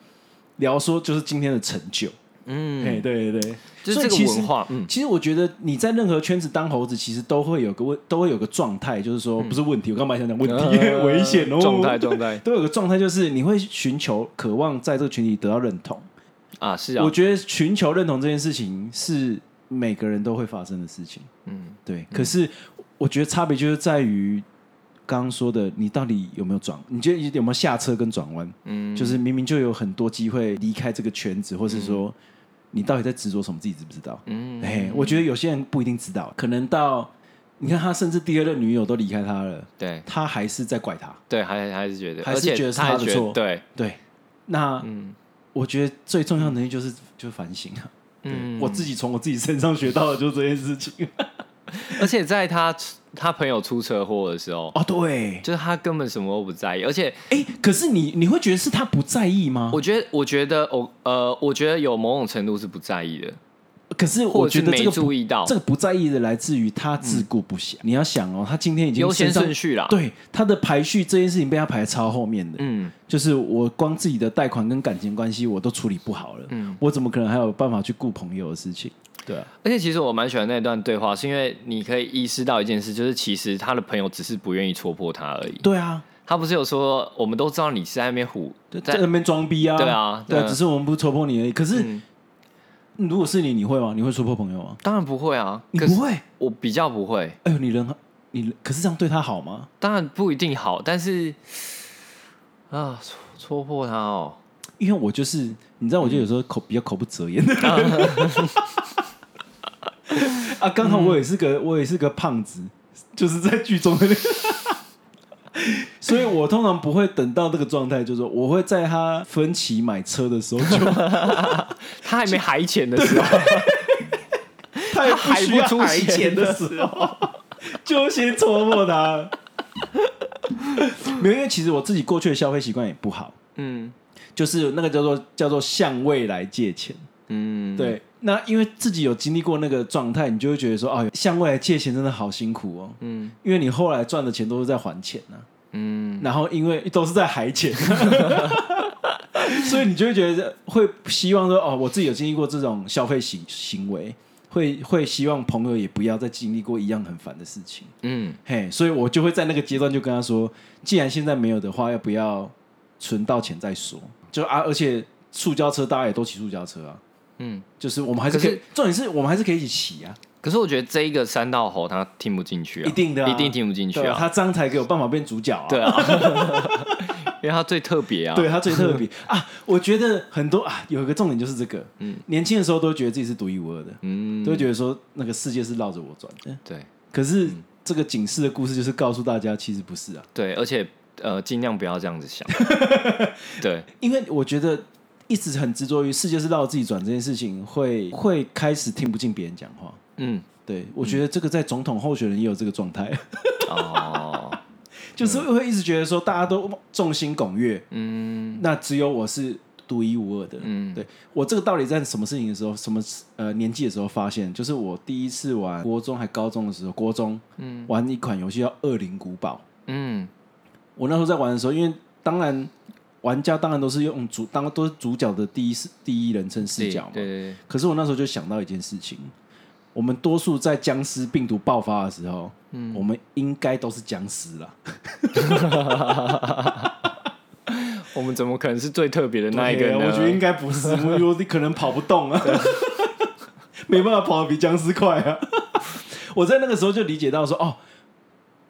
B: 聊说就是今天的成就， <laughs> 哎，
A: 嗯，
B: 对对对，
A: 就是这
B: 所以其
A: 个
B: 实
A: 文化，嗯，
B: 其实我觉得你在任何圈子当猴子，其实都会有个问，都会有个状态，就是说不是问题，我刚才想讲问题，
A: 呃
B: <laughs> 危险哦，
A: 状态状态
B: 都有个状态，就是你会寻求、渴望在这个群体得到认同。
A: 啊，是啊
B: 我，觉得寻求认同这件事情是每个人都会发生的事情，
A: 嗯，
B: 对。可是我觉得差别就是在于刚刚说的，你到底有没有转？你觉得有没有下车跟转弯？
A: 嗯
B: 嗯，就是明明就有很多机会离开这个圈子，或是说你到底在执着什么，自己知不知道？
A: 嗯，
B: 哎、我觉得有些人不一定知道，可能到你看他甚至第二任女友都离开他了，
A: 对
B: 他还是在怪他。
A: 对，还还是觉得，
B: 还是
A: 而且
B: 觉得是
A: 他还
B: 他的
A: 觉得
B: 错
A: 对，
B: 对，那
A: 嗯
B: 我觉得最重要的能力就是、就是反省啊。对
A: 嗯，
B: 我自己从我自己身上学到的就是这件事情。
A: 而且在他他朋友出车祸的时候，
B: 哦，对，
A: 就是他根本什么都不在意，而且
B: 哎、可是你你会觉得是他不在意吗？
A: 哦我觉得，我觉得，我呃，我觉得有某种程度是不在意的，
B: 可是我
A: 或
B: 觉
A: 者是
B: 得
A: 没
B: 这个
A: 注
B: 不
A: 意到
B: 这个不在意的来自于他自顾不暇。你要想哦，他今天已经
A: 优先
B: 身上
A: 顺序啦
B: 对他的排序这件事情被他排超后面的。
A: 嗯，
B: 就是我光自己的贷款跟感情关系我都处理不好了，
A: 嗯
B: 我怎么可能还有办法去顾朋友的事情？对啊，
A: 而且其实我蛮喜欢那段对话，是因为你可以意识到一件事，就是其实他的朋友只是不愿意戳破他而已。
B: 对啊，
A: 他不是有说，我们都知道你是在那边唬，
B: 在那边装逼啊，
A: 对啊
B: 对
A: 对啊
B: 只是我们不戳破你而已。可是、
A: 嗯
B: 如果是你，你会吗？你会戳破朋友吗？
A: 当然不会啊，
B: 你
A: 可
B: 不
A: 是
B: 会？
A: 我比较不会，
B: 哎呦，你人好你可是这样对他好吗？
A: 当然不一定好，但是啊，戳戳破他哦，
B: 因为我就是，你知道，我就有时候口、比较口不择言 <laughs> 啊。刚好我也是个、我也是个胖子，就是在剧中的那个， <laughs> 所以我通常不会等到这个状态，就是说我会在他分期买车的时候 <laughs> 就
A: 他还没还钱的时候，
B: 太不需
A: 还
B: 要
A: 不出
B: 还
A: 钱
B: 钱的时候，就先戳破他。没有，因为其实我自己过去的消费习惯也不好，
A: 嗯
B: 就是那个叫做叫做向未来借钱。
A: 嗯，
B: 对，那因为自己有经历过那个状态，你就会觉得说，啊，向未来借钱真的好辛苦哦，
A: 嗯
B: 因为你后来赚的钱都是在还钱呢、
A: 嗯，
B: 然后因为都是在还
A: <laughs>
B: 钱，所以你就会觉得会希望说，哦，我自己有经历过这种消费行行为，会会希望朋友也不要再经历过一样很烦的事情，
A: 嗯
B: 嘿，所以我就会在那个阶段就跟他说，既然现在没有的话，要不要存到钱再说？就啊，而且塑胶车大家也都骑塑胶车啊。
A: 嗯。
B: 就是我们还是可以，
A: 可
B: 重点是我们还是可以一起骑啊，
A: 可是我觉得这一个三道猴他听不进去啊，
B: 一定的啊
A: 一定听不进去
B: 对啊，
A: 啊，
B: 他这样才给我办法变主角啊，
A: 对啊，因为他最特别啊，
B: 对他
A: <laughs>
B: 最特别啊，我觉得很多啊，有一个重点就是这个，
A: 嗯
B: 年轻的时候都会觉得自己是独一无二的，
A: 嗯，
B: 都会觉得说那个世界是绕着我转的，
A: 对
B: 可是这个警示的故事就是告诉大家，其实不是啊，
A: 对，而且呃，尽量不要这样子
B: <laughs>
A: 想，对，
B: 因为我觉得一直很执着于世界是绕着自己转这件事情，会会开始听不进别人讲话， <laughs>
A: 嗯，
B: 对我觉得这个在总统候选人也有这个状态， <laughs>
A: 哦，
B: 就是会一直觉得说大家都众星拱月，
A: 嗯
B: 那只有我是独一无二的。
A: 嗯，
B: 对我这个道理在什么事情的时候，什么呃年纪的时候发现，就是我第一次玩国中还高中的时候，国中
A: 嗯
B: 玩一款游戏叫《恶灵古堡》。
A: 嗯
B: 我那时候在玩的时候，因为当然玩家当然都是用主当都是主角的第一视第一人称视角嘛。
A: 对对对，
B: 可是我那时候就想到一件事情，我们多数在僵尸病毒爆发的时候，
A: 嗯
B: 我们应该都是僵尸啦。
A: 我们怎么可能是最特别的那一个
B: 对啊
A: 呢？
B: 我觉得应该
A: <laughs>
B: 不是，我有可能跑不动啊，没办法跑得比僵尸快啊。我在那个时候就理解到说，哦，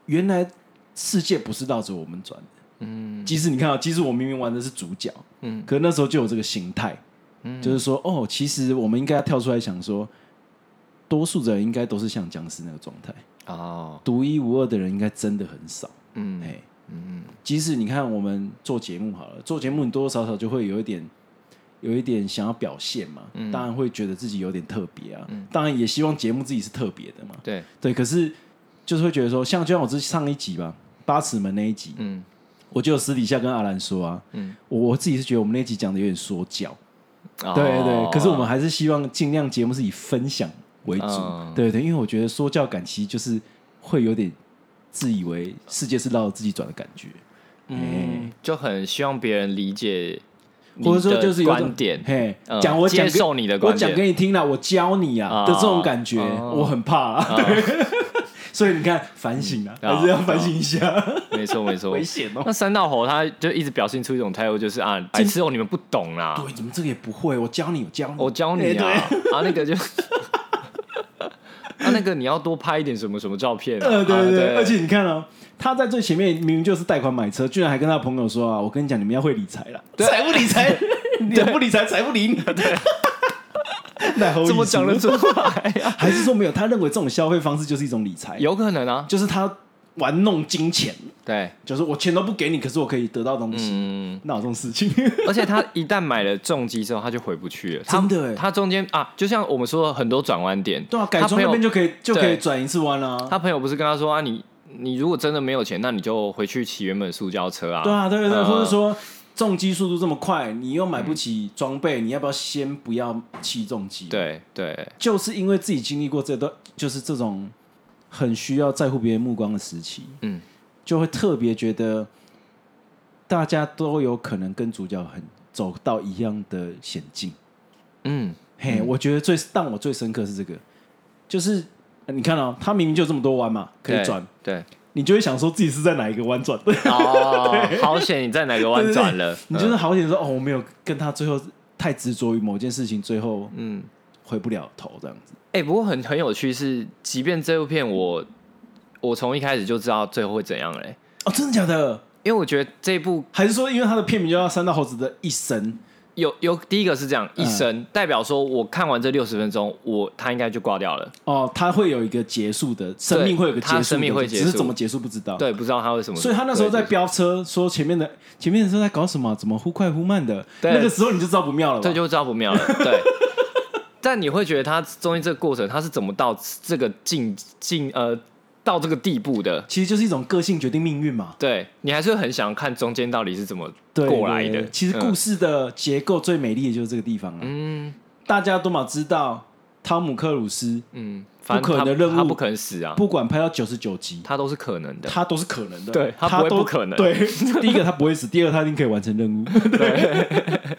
B: 原来世界不是绕着我们转的。嗯，即使你看啊，即使我明明玩的是主角，嗯
A: 嗯，
B: 可那时候就有这个心态，
A: 嗯
B: 就是说，哦，其实我们应该要跳出来想说，多数的人应该都是像僵尸那个状态，
A: 哦，
B: 独一无二的人应该真的很少。哎、
A: 嗯嗯
B: 即使你看我们做节目好了，做节目你多多少少就会有一点，有一点想要表现嘛，
A: 嗯
B: 当然会觉得自己有点特别啊，
A: 嗯
B: 当然也希望节目自己是特别的嘛，
A: 对，
B: 对，可是就是会觉得说，像就像我之上一集吧，八尺门那一集，
A: 嗯
B: 我就有私底下跟阿兰说啊，
A: 嗯，哦
B: 我我自己是觉得我们那集讲的有点说教，
A: 对
B: 对对，可是我们还是希望尽量节目是以分享为主，
A: 嗯
B: 对对，因为我觉得说教感其实就是会有点自以为世界是绕着自己转的感觉。
A: 嗯，就很希望别人理解你
B: 哎或者说就是
A: 的
B: 有种
A: 观点，
B: 嘿
A: 嗯，
B: 讲我讲
A: 接
B: 给
A: 受你的
B: 我
A: 观
B: 讲
A: 点，
B: 给你听了，我教你啊
A: 啊
B: 的这种感觉，
A: 哦
B: 我很怕啊，对， <laughs> 所以你看反省啊，
A: 嗯啊
B: 还是要反省一下， <laughs>
A: 没错没错
B: 危。险哦。
A: 那三道猴他就一直表现出一种态度，就是啊，白痴哦，你们不懂啦，
B: 对，怎么这个也不会？我教你，我教你，
A: 我教你啊，
B: 哎
A: 啊那个就， <laughs> 啊那个你要多拍一点什么什么照片啊，
B: 对呃，
A: 啊
B: 对对对，而且你看哦，他在最前面明明就是贷款买车，居然还跟他朋友说啊，我跟你讲，你们要会理财啦，财不理
A: <laughs>
B: 财，你不理财，财不理你，对，奈何
A: 怎么讲得出
B: <laughs>
A: 来啊？
B: 还是说没有？他认为这种消费方式就是一种理财，
A: 有可能啊，
B: 就是他玩弄金钱。
A: 对，
B: 就是我钱都不给你，可是我可以得到东西，
A: 嗯，
B: 那有这种事情。
A: 而且他一旦买了重机之后，他就回不去了。他
B: 真的欸
A: 他中间啊，就像我们说的很多转弯点，
B: <laughs> 对啊，改
A: 他
B: 装
A: 朋
B: 那
A: 友
B: 边就可以就可以
A: 对
B: 转一次弯啊啦、
A: 他朋友不是跟他说啊，你你如果真的没有钱，那你就回去骑原本的塑胶车啊。
B: 对啊，对对对，
A: 嗯
B: 或者说重击速度这么快，你又买不起装备，你要不要先不要起重机？，
A: 对对，
B: 就是因为自己经历过这段，就是这种很需要在乎别人目光的时期，
A: 嗯，
B: 就会特别觉得大家都有可能跟主角很走到一样的险境。
A: 嗯
B: 嘿，我觉得最让我最深刻是这个，就是呃你看哦，他明明就这么多弯嘛，可以
A: 对
B: 转，
A: 对，
B: 你就会想说自己是在哪一个弯转， <laughs>
A: 哦，好险你在哪个弯转了，嗯
B: 你就是好点说哦，我没有跟他最后太执着于某件事情，最后
A: 嗯。
B: 回不了头这样子。
A: 哎、不过很很有趣是，即便这部片我我从一开始就知道最后会怎样嘞、
B: 哦，真的假的？
A: 因为我觉得这部
B: 还是说因为他的片名就叫《三道猴子的一生
A: 有有第一个是这样一
B: 嗯
A: 生，代表说我看完这六十分钟，我他应该就挂掉了，》？
B: 哦，他会有一个结束的，生命会有个结束
A: 他
B: 的，
A: 生命会结束
B: 只是怎么结束不知道。。
A: 对，不知道他为什么，
B: 哦所以他那时候在
A: 对
B: 飙车，说前面的前面的车在搞什么，怎么忽快忽慢的，
A: 对
B: 那个时候你就知道不妙了吧。
A: 这就知道不妙了，
B: <laughs>
A: 对。但你会觉得他中间这个过程，他是怎么到这个境境呃到这个地步的？
B: 其实就是一种个性决定命运嘛。
A: 对你还是会很想看中间到底是怎么
B: 对
A: 过来
B: 对
A: 的
B: 对。其实故事的结构最美丽的就是这个地方了。
A: 嗯
B: 大家都嘛知道，汤姆克鲁斯
A: 嗯，反
B: 不
A: 正
B: 可
A: 他
B: 能的任务
A: 他不可能死啊，
B: 不管拍到九十九集，
A: 他都是可
B: <laughs>
A: 能的。
B: 他都是可能的。
A: 对他不
B: 他
A: 会
B: 都
A: 不可能
B: 对， <laughs> 第一个他不会死，第二他一定可以完成
A: <laughs>
B: 任务。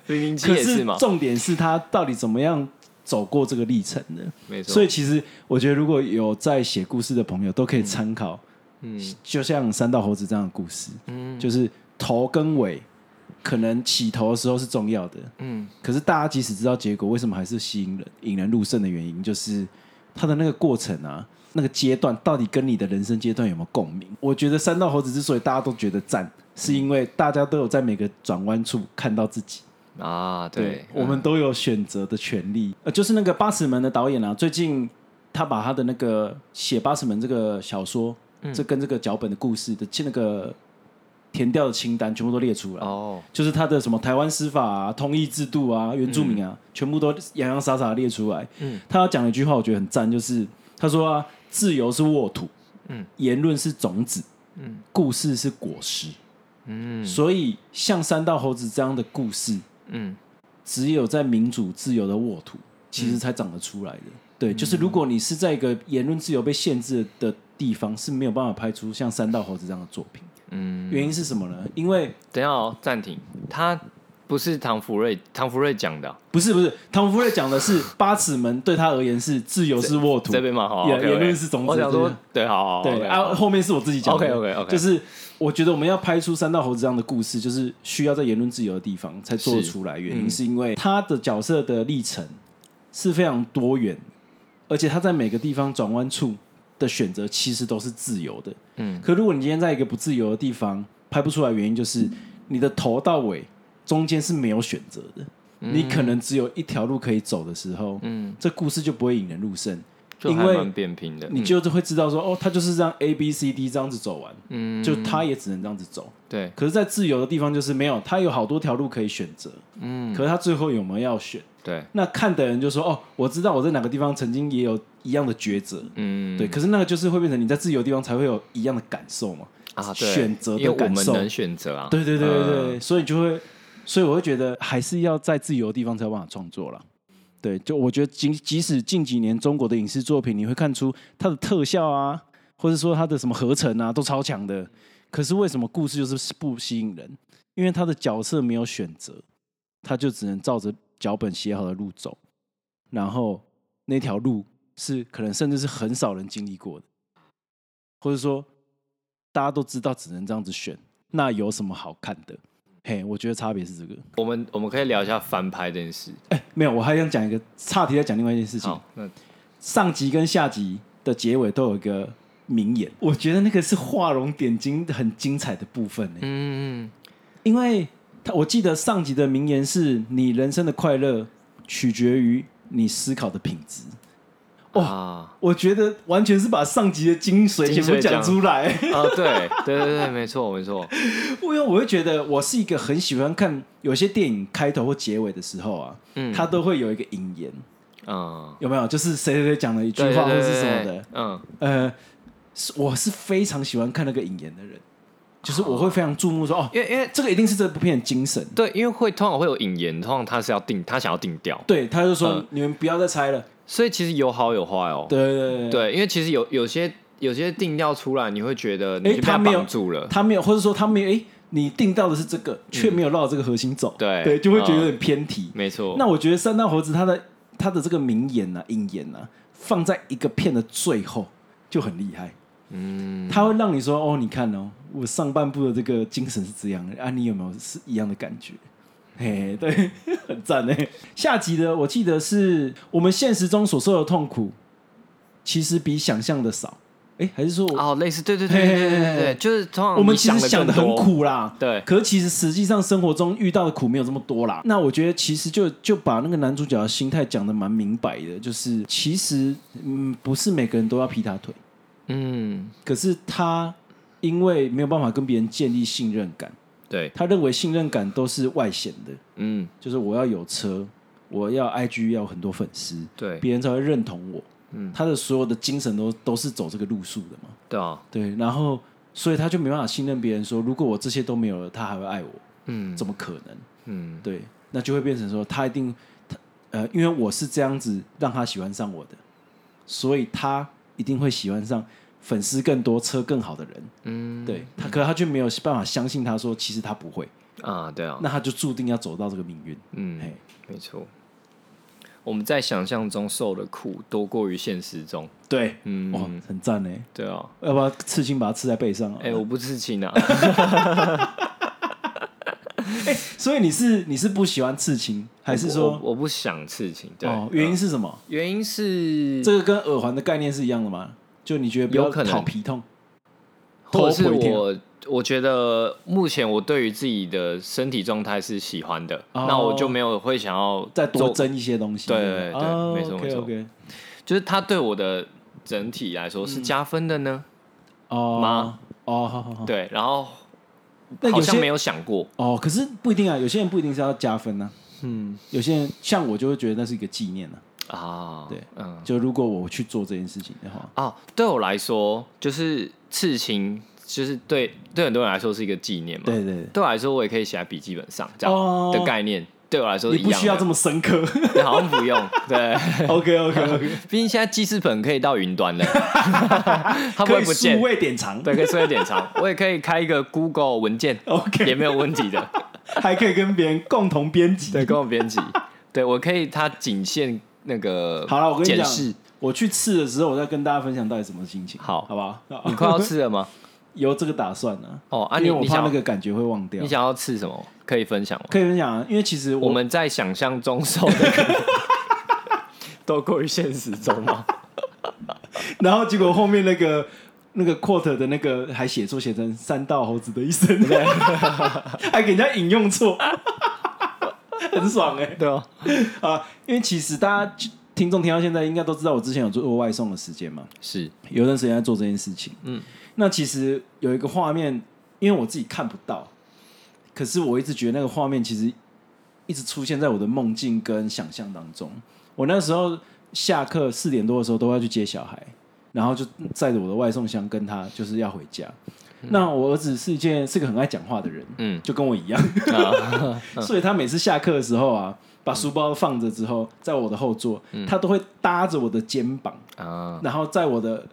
A: 零零七
B: 可
A: 也是
B: 是
A: 嘛，
B: 重点是他到底怎么样走过这个历程的？
A: 没错。
B: 所以其实我觉得，如果有在写故事的朋友，都可以参考，
A: 嗯
B: 就像三道猴子这样的故事，
A: 嗯
B: 就是头跟尾，可能起头的时候是重要的，
A: 嗯，
B: 可是大家即使知道结果，为什么还是吸引人、引人入胜的原因，就是他的那个过程啊，那个阶段到底跟你的人生阶段有没有共鸣？我觉得三道猴子之所以大家都觉得赞，是因为大家都有在每个转弯处看到自己，
A: 啊，对，
B: 我们都有选择的权利。呃，就是那个八尺门的导演啊，最近他把他的那个写八尺门这个小说，这跟这个脚本的故事的那个填掉的清单全部都列出来。
A: 哦，
B: 就是他的什么台湾司法啊、通译制度啊、原住民啊，全部都洋洋洒洒地列出来。
A: 嗯
B: 他要讲了一句话，我觉得很赞，就是他说啊，自由是沃土，
A: 嗯，
B: 言论是种子，
A: 嗯，
B: 故事是果实，
A: 嗯
B: 所以像三道猴子这样的故事，
A: 嗯
B: 只有在民主自由的沃土，其实才长得出来的。
A: 嗯
B: 对，就是如果你是在一个言论自由被限制的地方，是没有办法拍出像三道猴子这样的作品。
A: 嗯，
B: 原因是什么呢？因为
A: 等一下哦，暂停，他不是唐福瑞，唐福瑞讲的啊，
B: 不是不是，汤姆·福瑞讲的是八尺门对他而言是自由是沃土
A: 这，边嘛，好，
B: 言
A: OK，OK
B: 言论是种子
A: 我想
B: 对
A: 说，对，哦好，好
B: 对啊，，后面是我自己讲的。
A: OK，OK，OK
B: 就是我觉得我们要拍出三道猴子这样的故事，就是需要在言论自由的地方才做得出来，原因
A: 嗯
B: 是因为他的角色的历程是非常多元，而且他在每个地方转弯处的选择其实都是自由的。
A: 嗯，
B: 可如果你今天在一个不自由的地方拍不出来，原因就是你的头到尾中间是没有选择的，你可能只有一条路可以走的时候，
A: 嗯，
B: 这故事就不会引人入胜，
A: 就
B: 因
A: 还
B: 为
A: 蛮扁平的，
B: 你
A: 嗯
B: 就是会知道说，哦，他就是这样 A B C D 这样子走完，
A: 嗯，
B: 就他也只能这样子走。
A: 对，
B: 可是，在自由的地方就是没有，他有好多条路可以选择，
A: 嗯，
B: 可是他最后有没有要选？
A: 对，
B: 那看的人就说，哦，我知道我在哪个地方曾经也有一样的抉择，
A: 嗯，
B: 对。可是那个就是会变成你在自由的地方才会有一样的感受嘛，
A: 啊，对
B: 选择
A: 因为
B: 的
A: 我
B: 感
A: 们
B: 受。
A: 能选择啊，
B: 对对对对对，
A: 嗯，
B: 所以就会，所以我会觉得还是要在自由的地方才有办法创作了。对，就我觉得即即使近几年中国的影视作品，你会看出它的特效啊，或者说它的什么合成啊，都超强的。可是为什么故事就是不吸引人？因为他的角色没有选择，他就只能照着脚本写好的路走，然后那条路是可能甚至是很少人经历过的，或者说大家都知道只能这样子选，那有什么好看的？嘿，我觉得差别是这个。
A: 我们我们可以聊一下翻拍这件事，
B: 哎，没有，我还想讲一个岔题，再讲另外一件事情
A: 好。，那
B: 上集跟下集的结尾都有一个名言，我觉得那个是画龙点睛、很精彩的部分、欸。
A: 嗯，
B: 因为他我记得上集的名言是：“你人生的快乐取决于你思考的品质。
A: 嗯
B: 哇
A: 哇”，
B: 我觉得完全是把上集的精髓
A: 精髓
B: 全部
A: 讲
B: 讲出来。
A: 啊，对 <laughs> 对对对，没错没错，
B: 因为我会觉得我是一个很喜欢看有些电影开头或结尾的时候啊，
A: 嗯
B: 它都会有一个引言，
A: 嗯，
B: 有没有？就是谁谁谁讲了一句
A: 对
B: 话或
A: 对
B: 是
A: 对
B: 什么
A: 对
B: 的。
A: 嗯
B: 呃，是我是非常喜欢看那个引言的人。就是我会非常注目说，哦，
A: 因为因为
B: 这个一定是这部片的精神。
A: 对，因为会通常会有引言，通常他是要定，他想要定调，
B: 对，他就说
A: 嗯
B: 你们不要再猜了。
A: 所以其实有好有坏哦。
B: 对对对对，
A: 对，因为其实有有些有些定调出来，你会觉得
B: 诶
A: 你就被
B: 他没有
A: 绑住了。
B: 他没有，或者说他没有，哎，你定到的是这个，却没有绕这个核心走，
A: 嗯对
B: 对，就会觉得有
A: 嗯
B: 点偏题。
A: 没错，
B: 那我觉得三道猴子他的他的这个名言啊、引言啊，放在一个片的最后就很厉害。嗯，他会让你说哦，你看哦，我上半部的这个精神是这样的啊，你有没有是一样的感觉？嘿，对， <laughs> 很赞哎。下集的我记得是我们现实中所受的痛苦，其实比想象的少。哎，还是说我、
A: 哦，类似，对对对对对对
B: 嘿
A: 对
B: 嘿嘿
A: 对，就是通常
B: 我
A: 嗯
B: 们
A: 你
B: 其实想的
A: 得更
B: 很
A: 多，
B: 苦啦，
A: 对，
B: 可是其实实际上生活中遇到的苦没有这么多啦。那我觉得其实就就把那个男主角的心态讲的蛮明白的，就是其实嗯不是每个人都要劈他腿，
A: 嗯，
B: 可是他因为没有办法跟别人建立信任感，
A: 对，
B: 他认为信任感都是外显的，
A: 嗯，
B: 就是我要有车，我要 IG 要有很多粉丝，
A: 对，
B: 别人才会认同我。
A: 嗯
B: 他的所有的精神都都是走这个路数的嘛。
A: 对啊，
B: 对，然后所以他就没办法信任别人说，如果我这些都没有了，他还会爱我，
A: 嗯
B: 怎么可能？
A: 嗯，
B: 对，那就会变成说他一定他呃，因为我是这样子让他喜欢上我的，所以他一定会喜欢上粉丝更多、车更好的人。
A: 嗯，
B: 对他，可是他却没有办法相信他说，其实他不会，
A: 啊，对啊，
B: 那他就注定要走到这个命运。
A: 嗯，
B: 嘿，
A: 没错，我们在想象中受的苦多过于现实中，
B: 对，哇，
A: 嗯，
B: 很赞呢。
A: 对啊，
B: 要不要刺青把它刺在背上啊？
A: 哎、我不刺青啊，
B: 哎所以你是你是不喜欢刺青， <laughs> 还是
A: 我
B: 说
A: 我不想刺青？对，
B: 哦，原因
A: 呃
B: 是什么？
A: 原因是
B: 这个跟耳环的概念是一样的吗？就你觉得不要
A: 有可能
B: 讨皮痛，
A: 或者是
B: 头不一定
A: 我，我觉得目前我对于自己的身体状态是喜欢的，
B: 哦
A: 那我就没有会想要
B: 再多
A: 做，
B: 增一些东西。
A: 对对对
B: 哦
A: 没错没错
B: OK，OK
A: 就是它对我的整体来说是加分的呢。
B: 哦
A: 吗？
B: 哦，好好好。
A: 对，然后
B: 那有
A: 好
B: 些
A: 像没有想过，
B: 哦，可是不一定啊，有些人不一定是要加分呢、嗯，有些人像我就会觉得那是一个纪念呢、
A: 啊，
B: 对
A: 嗯，
B: 就如果我去做这件事情的话，
A: 哦，对我来说就是刺青，就是对对很多人来说是一个纪念嘛，
B: 对对
A: 对我来说我也可以写在笔记本上这
B: 哦
A: 样的概念，对我来说
B: 对，
A: 是
B: 你
A: 一
B: 不
A: 样
B: 需要这
A: 的，
B: 么
A: <laughs>
B: 深刻。
A: 对好像不用，对。
B: OK OK
A: <laughs>
B: OK，
A: 毕竟现在记事本可以到云端了， <laughs> 它不
B: 可
A: 会
B: 以
A: 不见
B: 数。位典藏，
A: 对，可以设定典藏，
B: <laughs>
A: 我也可以开一个 Google 文件
B: OK
A: 也没有问题的。
B: <laughs> 还可以跟别人共同编辑。
A: 对，跟我编辑，对我可以，它仅限那个
B: 好了，我跟你
A: 检
B: 讲
A: 视。，
B: 我去刺的时候，我再跟大家分享到底什么心情。
A: 好
B: 好 <laughs> 吧，
A: 你快要刺了吗？
B: 有这个打算呢、啊。
A: 哦，啊，
B: 因
A: 你
B: 为我
A: 你
B: 怕
A: 想
B: 那
A: 要
B: 个感觉会忘掉
A: 你。想要刺什么？可以分享吗？
B: 可以分享啊，因为其实
A: 我
B: 我
A: 们在想象中受的
B: <laughs>
A: <laughs> 苦都过于现实中吗？
B: 然后结果后面那个那个 quote 的那个还写错，写成三道猴子的一生，还给人家引用错， <laughs> 很爽哎、
A: 对啊，
B: 欸、啊！因为其实大家听众听到现在应该都知道，我之前有做过外送的时间嘛，
A: 是，
B: 有一段时间在做这件事情。嗯
A: 嗯，
B: 那其实有一个画面，因为我自己看不到，可是我一直觉得那个画面其实一直出现在我的梦境跟想象当中。我那时候下课四点多的时候都要去接小孩，然后就载着我的外送箱跟他就是要回家。那我儿子是一件是个很爱讲话的人，
A: 嗯，
B: 就跟我一样，
A: 啊
B: <laughs> 所以他每次下课的时候啊，把书包放着之后，在我的后座，
A: 嗯
B: 他都会搭着我的肩膀。
A: 啊，
B: 然后在我的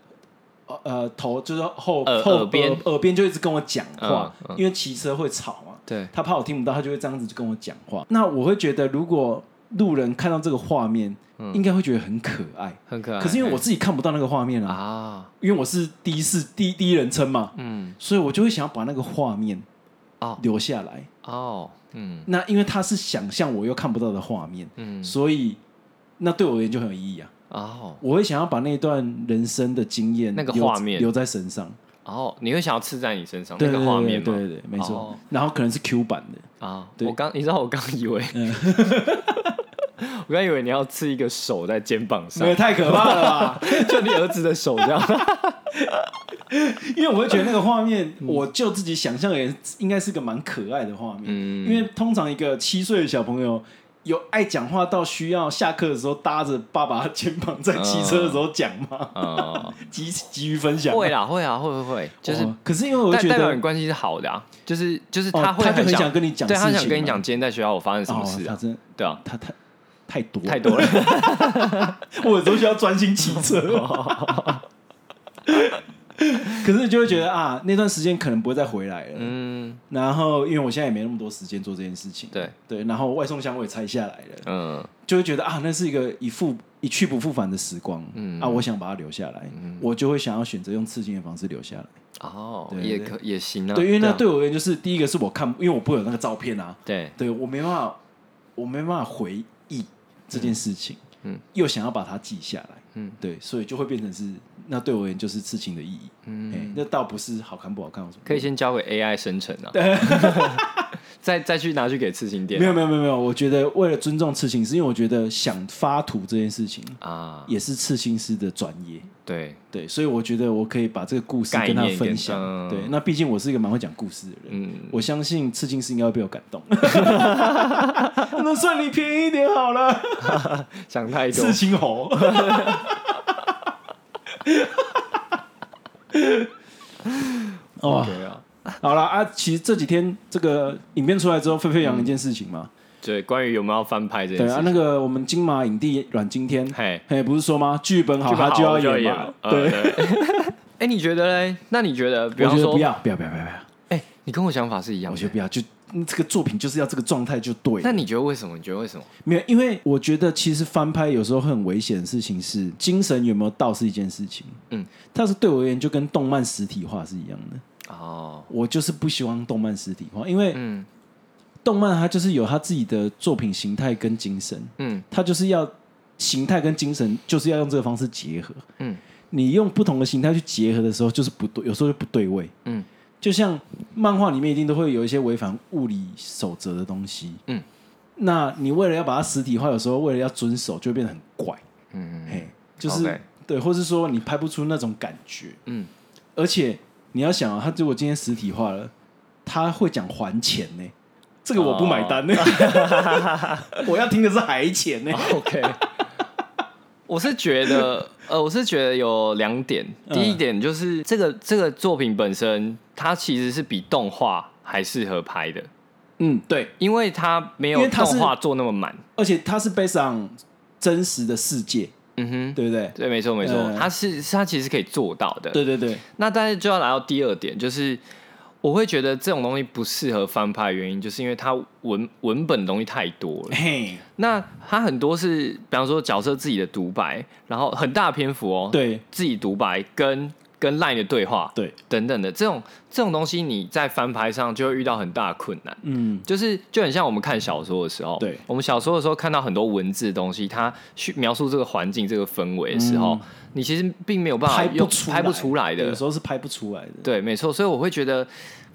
B: 呃呃头就是后
A: 耳
B: 后呃
A: 耳边
B: 耳耳边就一直跟我讲话，
A: 嗯
B: 因为骑车会吵嘛，
A: 对，
B: 他怕我听不到，他就会这样子就跟我讲话。那我会觉得，如果路人看到这个画面，
A: 嗯
B: 应该会觉得很可爱。
A: 很可爱。哎
B: 可是因为我自己看不到那个画面啊，
A: 啊，
B: 因为我是第一视第第一人称嘛，
A: 嗯，
B: 所以我就会想要把那个画面
A: 哦
B: 留下来。
A: 哦，嗯
B: 那因为它是想象我又看不到的画面，
A: 嗯，
B: 所以那对我而言就很有意义啊。
A: 哦。
B: 我会想要把那段人生的经验
A: 那个
B: 留
A: 画面
B: 留在身上，
A: 哦，你会想要刺在你身上
B: 对
A: 那
B: 对
A: 个
B: 对
A: 画面吗？
B: 对对对，没错
A: 哦。
B: 然后可能是 Q 版的，
A: 啊，
B: 对嗯
A: 我刚你知道我刚以为， <laughs> 我刚以为你要刺一个手在肩膀上
B: 没有，太可怕了吧？
A: <laughs> 就你儿子的手这样。
B: <laughs> 因为我会觉得那个画面，
A: 嗯
B: 我就自己想象也应该是个蛮可爱的画面，
A: 嗯
B: 因为通常一个七岁的小朋友。有爱讲话到需要下课的时候搭着爸爸的肩膀在骑车的时候讲吗？
A: 啊，
B: 急急于分享。
A: 会啦，会啊，会会会，就是
B: 哦可是因为我
A: 代
B: 觉
A: 代表
B: 得
A: 你关系是好的啊，就是就是
B: 哦
A: 会
B: 他就
A: 很
B: 很想跟你讲
A: 对他
B: 事
A: 想
B: 情
A: 跟你
B: 嘛
A: 讲今天在学校我发生什么
B: 哦
A: 事
B: 他
A: 啊，
B: 真的
A: 对啊，
B: 他太太多
A: 太多了，
B: <laughs> 我都需要专心骑车。 <laughs> 可是就会觉得啊，那段时间可能不会再回来了。
A: 嗯，
B: 然后，因为我现在也没那么多时间做这件事情，
A: 对，
B: 对。然后外送箱我也拆下来了，
A: 嗯
B: 就会觉得啊，那是一个一复一去不复返的时光。
A: 嗯
B: 啊，我想把它留下来，我就会想要选择用刺激的方式留下来。
A: 哦，
B: 对
A: 也
B: 对
A: 可也行啊，
B: 对，因为那
A: 啊
B: 对我而言就是第一个是我看，因为我不会有那个照片啊，
A: 对
B: 对我没办法，我没办法回忆这件事情，
A: 嗯
B: 嗯，又想要把它记下来，
A: 嗯
B: 嗯，对，所以就会变成是那对我而言就是刺青的意义，嗯，那倒不是好看不好看，我什么
A: 可以先交给 AI 生成啊， <laughs> 再再去拿去给刺青店
B: 没
A: 啊
B: 有没有没有没有，我觉得为了尊重刺青师，因为我觉得想发图这件事情
A: 啊，
B: 也是刺青师的专业，
A: 对，
B: 对，所以我觉得我可以把这个故事
A: 概
B: 跟他
A: 念跟
B: 分享，
A: 嗯
B: 对，那毕竟我是一个蛮会讲故事的人，
A: 嗯，
B: 我相信刺青师应该会被我感动， <laughs> 那算你便宜一点好了。
A: <laughs> 想太多
B: 刺，青猴。哦，
A: 对啊，
B: 好了啊，其实这几天这个影片出来之后，沸沸扬扬一件事情嘛，
A: 对，关于有没有要翻拍这件
B: 嗯对啊，
A: 事
B: 那
A: 情，
B: 个我们金马影帝阮经天，
A: 嘿，
B: 嘿，不是说吗？剧本好，他就要演呃嘛
A: 了，，
B: 对，
A: 呃对。
B: <laughs>
A: 哎，你觉得嘞？那你觉得，比
B: 我
A: 方
B: 觉得
A: 说
B: 不，要，不要，不要，不要，不要，
A: 哎，你跟我想法是一样
B: 我觉
A: 的
B: 得。不要，就嗯这个作品就是要这个状态就对了。
A: 那你觉得为什么？你觉得为什么？
B: 没有，因为我觉得其实翻拍有时候很危险的事情是精神有没有到是一件事情，
A: 嗯
B: 嗯，但是对我而言就跟动漫实体化是一样的。
A: 哦，
B: 我就是不希望动漫实体化，因为
A: 嗯
B: 动漫它就是有它自己的作品形态跟精神，
A: 嗯
B: 它就是要形态跟精神就是要用这个方式结合。
A: 嗯
B: 你用不同的形态去结合的时候，就是不对，有时候就不对位。
A: 嗯
B: 就像漫画里面一定都会有一些违反物理守则的东西，
A: 嗯
B: 嗯，那你为了要把它实体化，有时候为了要遵守，就会变得很怪，
A: 嗯
B: 嘿，就是、
A: OK
B: 对，或是说你拍不出那种感觉，
A: 嗯，
B: 而且你要想啊，他如果今天实体化了，他会讲还钱呢、这个我不买单呢、
A: 哦
B: <laughs> 我要听的是还钱
A: <laughs>
B: 呢、
A: ，OK。我是觉得， <laughs> 呃，我是觉得有两点。
B: 嗯
A: 第一点就是这个这个作品本身，它其实是比动画还适合拍的，
B: 嗯，对，
A: 因为它没
B: 因
A: 有
B: 为它是
A: 动画做那么满。
B: 而且它是 based on 真实的世界，
A: 嗯哼，
B: 对不对？
A: 对，没错没错，
B: 嗯
A: 它是是它其实可以做到的。
B: 对对对，
A: 那但是就要来到第二点，就是我会觉得这种东西不适合翻拍，的原因就是因为它文文本的东西太多了。
B: 嘿，
A: 那它很多是，比方说角色自己的独白，然后很大篇幅哦，，
B: 对
A: 自己独白跟跟 LINE 的对话
B: 对，
A: 等等的这种这种东西，你在翻拍上就会遇到很大的困难。
B: 嗯，
A: 就是就很像我们看小说的时候，
B: 对
A: 我们小说的时候看到很多文字的东西，它去描述这个环境、这个氛围的时候，
B: 嗯
A: 你其实并没有办法
B: 拍
A: 用
B: 不出
A: 拍不出来的
B: 有，时候是拍不出来的。
A: 对，没错，所以我会觉得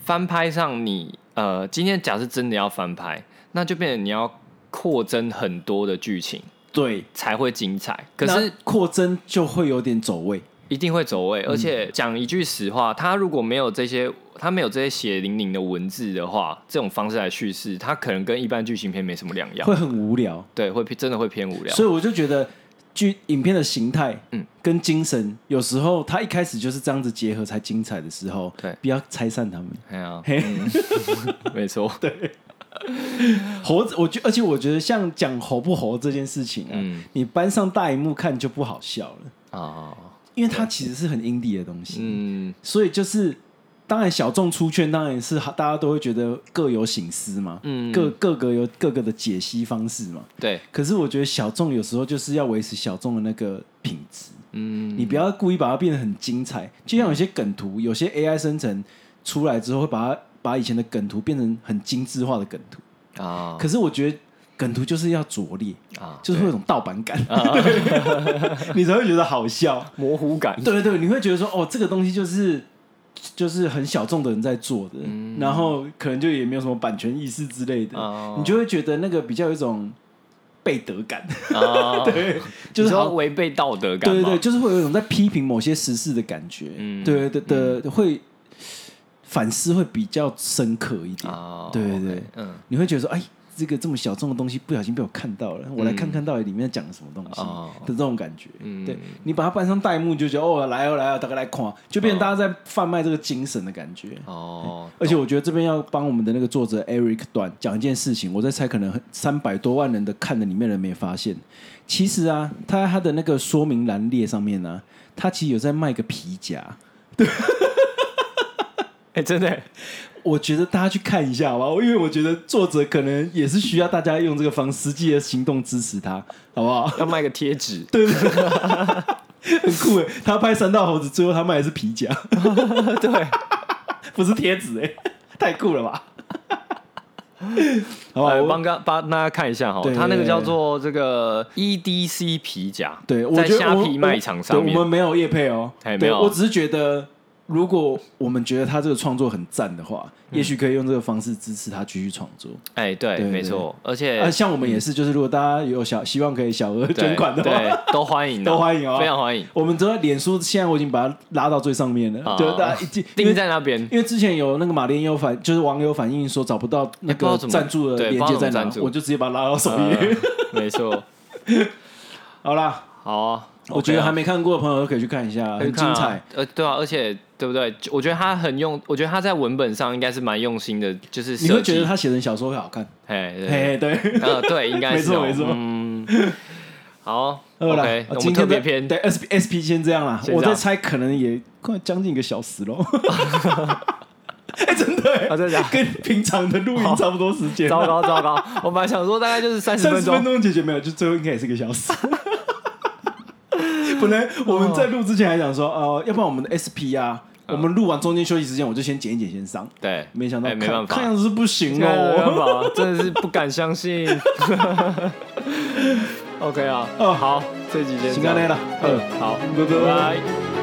A: 翻拍上你呃，今天假设真的要翻拍，那就变成你要扩增很多的剧情
B: 对，
A: 才会精彩，可
B: 那
A: 是
B: 扩增就会有点走位。
A: 一定会走位。
B: 嗯
A: 而且讲一句实话，他如果没有这些，他没有这些血淋淋的文字的话，这种方式来叙事，他可能跟一般剧情片没什么两样。
B: 会很无聊，
A: 对，会偏真的会偏无聊。
B: 所以我就觉得剧影片的形态，
A: 嗯
B: 嗯，跟精神有时候它一开始就是这样子结合才精彩的时候，
A: 对
B: 不要拆散他们。
A: 哎呀，
B: 嘿
A: 嗯 <laughs> 没错，
B: 猴子，我觉而且我觉得像讲猴不猴这件事情啊，
A: 嗯
B: 你搬上大荧幕看就不好笑了，
A: 哦，
B: 因为它其实是很 indie 的东西，
A: 嗯，
B: 所以就是。当然，小众出圈当然是大家都会觉得各有醒思嘛，
A: 嗯
B: 嗯，各各个有各个的解析方式嘛。
A: 对，
B: 可是我觉得小众有时候就是要维持小众的那个品质，
A: 嗯，
B: 你不要故意把它变得很精彩，就像有些梗图，有些 AI 生成出来之后，会把它把以前的梗图变成很精致化的梗图。
A: 啊
B: 可是我觉得梗图就是要拙劣，
A: 啊，
B: 就是会有种盗版感， <laughs> 对你才会觉得好笑。
A: 模糊感。
B: <laughs> 对对对，你会觉得说，哦，这个东西就是就是很小众的人在做的，然后可能就也没有什么版权意识之类的，
A: 嗯哦
B: 你就会觉得那个比较有一种背德
A: <laughs>
B: 感，
A: 啊，
B: <laughs> 对，就是
A: 说
B: 好
A: 违背道德感
B: 对
A: 嘛。
B: 对对，就是会有一种在批评某些时事的感觉，
A: 嗯
B: 对对的、会反思会比较深刻一点，
A: 哦，
B: 对对对
A: OK，嗯，
B: 你会觉得说，哎，这个这么小众的东西不小心被我看到了，我来看看到底里面讲了什么东西
A: 嗯哦
B: 的这种感觉。
A: 嗯
B: 对你把它搬上弹幕，就觉得哦来哦来哦，大家来看，就变成大家在贩卖这个精神的感觉。
A: 哦，
B: 而且我觉得这边要帮我们的那个作者 Eric 短讲一件事情，我在猜，可能三百多万人的看的里面人没发现，其实啊，他他的那个说明栏列上面呢、啊，他其实有在卖个皮夹，
A: 哎，真的，
B: 我觉得大家去看一下吧，因为我觉得作者可能也是需要大家用这个方实际的行动支持他，好不好？ <laughs>
A: 要卖个贴纸，
B: 很酷诶，他拍三道猴子，最后他卖的是皮夹，
A: <laughs> 对，
B: 不是贴纸诶， <laughs> 太酷了
A: <laughs>
B: 吧？好不好
A: 呃，
B: 我
A: 帮刚帮大家看一下哈，
B: 对
A: 它那个叫做这个 EDC 皮夹，
B: 对，我
A: 在
B: 觉得
A: 虾
B: 我
A: 皮
B: 我
A: 卖场上
B: 对
A: 面
B: 我，们没有业配哦，
A: 哎
B: 对
A: 没有
B: 我只是觉得，如果我们觉得他这个创作很赞的话，
A: 嗯
B: 也许可以用这个方式支持他继续创作。
A: 哎，对，
B: 对
A: 没错，而且
B: 啊，像我们也是，就是如果大家有小希望可以小额
A: 对
B: 捐款的话。
A: 对，都欢迎的，啊
B: 都欢迎哦
A: 非常欢迎，
B: 我们都在脸书，现在我已经把它拉到最上面了，
A: 啊
B: 就大家已经因为
A: 定在那
B: <laughs>
A: 边，
B: 因为之前有那个马连有反，就是网友反映说找不到那
A: 不知
B: 个
A: 道怎么
B: 赞助的
A: 对
B: 链接在
A: 不知道怎么
B: 哪
A: 赞，助
B: 我就直接把它拉到首页。
A: 呃没错，
B: <laughs> 好啦，
A: 好啊，
B: 我觉得
A: OK 啊
B: 还没看过的朋友都可以去看一下，
A: 可以
B: 很
A: 看啊
B: 精彩。。
A: 呃，对啊，而且对不对？我觉得他很用，我觉得他在文本上应该是蛮用心的，就是
B: 你
A: 设
B: 会觉
A: 计
B: 得，他写成小说会好看？
A: 哎，对
B: 嘿，对。
A: <laughs> 呃，对，应该是哦
B: 没错没错
A: 嗯，好
B: 饿了
A: ，OK，
B: 啊
A: 我
B: 今
A: 们
B: 天
A: 特
B: 的
A: 别篇，
B: 对 S S P 先这样啦。
A: 先这样
B: 我在猜，可能也快将近一个小
A: <laughs>
B: 时喽。哎、真的、欸，
A: 啊真的假
B: <laughs>
A: 的
B: 跟平常的录音差不多时间
A: 糟
B: 啊，
A: 糕糟糕，我本来想说大概就是三十
B: 三
A: 分
B: 十分
A: 钟，
B: 钟解决没有，就最后应该也是一个小时。本来我们在录之前还想说，
A: 哦
B: 呃，要不然我们的 S P 啊，我们录完中间休息时间，我就先剪一剪先上。
A: 对，
B: 没想到
A: 嗯哎
B: 看，
A: 没办
B: 看
A: 法，
B: 样子是不行
A: 没
B: <laughs>
A: 办
B: 哦。
A: 法，真的是不敢相
B: <laughs>
A: 信。OK 啊，
B: 哦
A: 好，这集先
B: 行
A: 这
B: 啊，
A: 样
B: 来了，呃，
A: 嗯，好，
B: 拜
A: 拜
B: 拜。
A: 拜。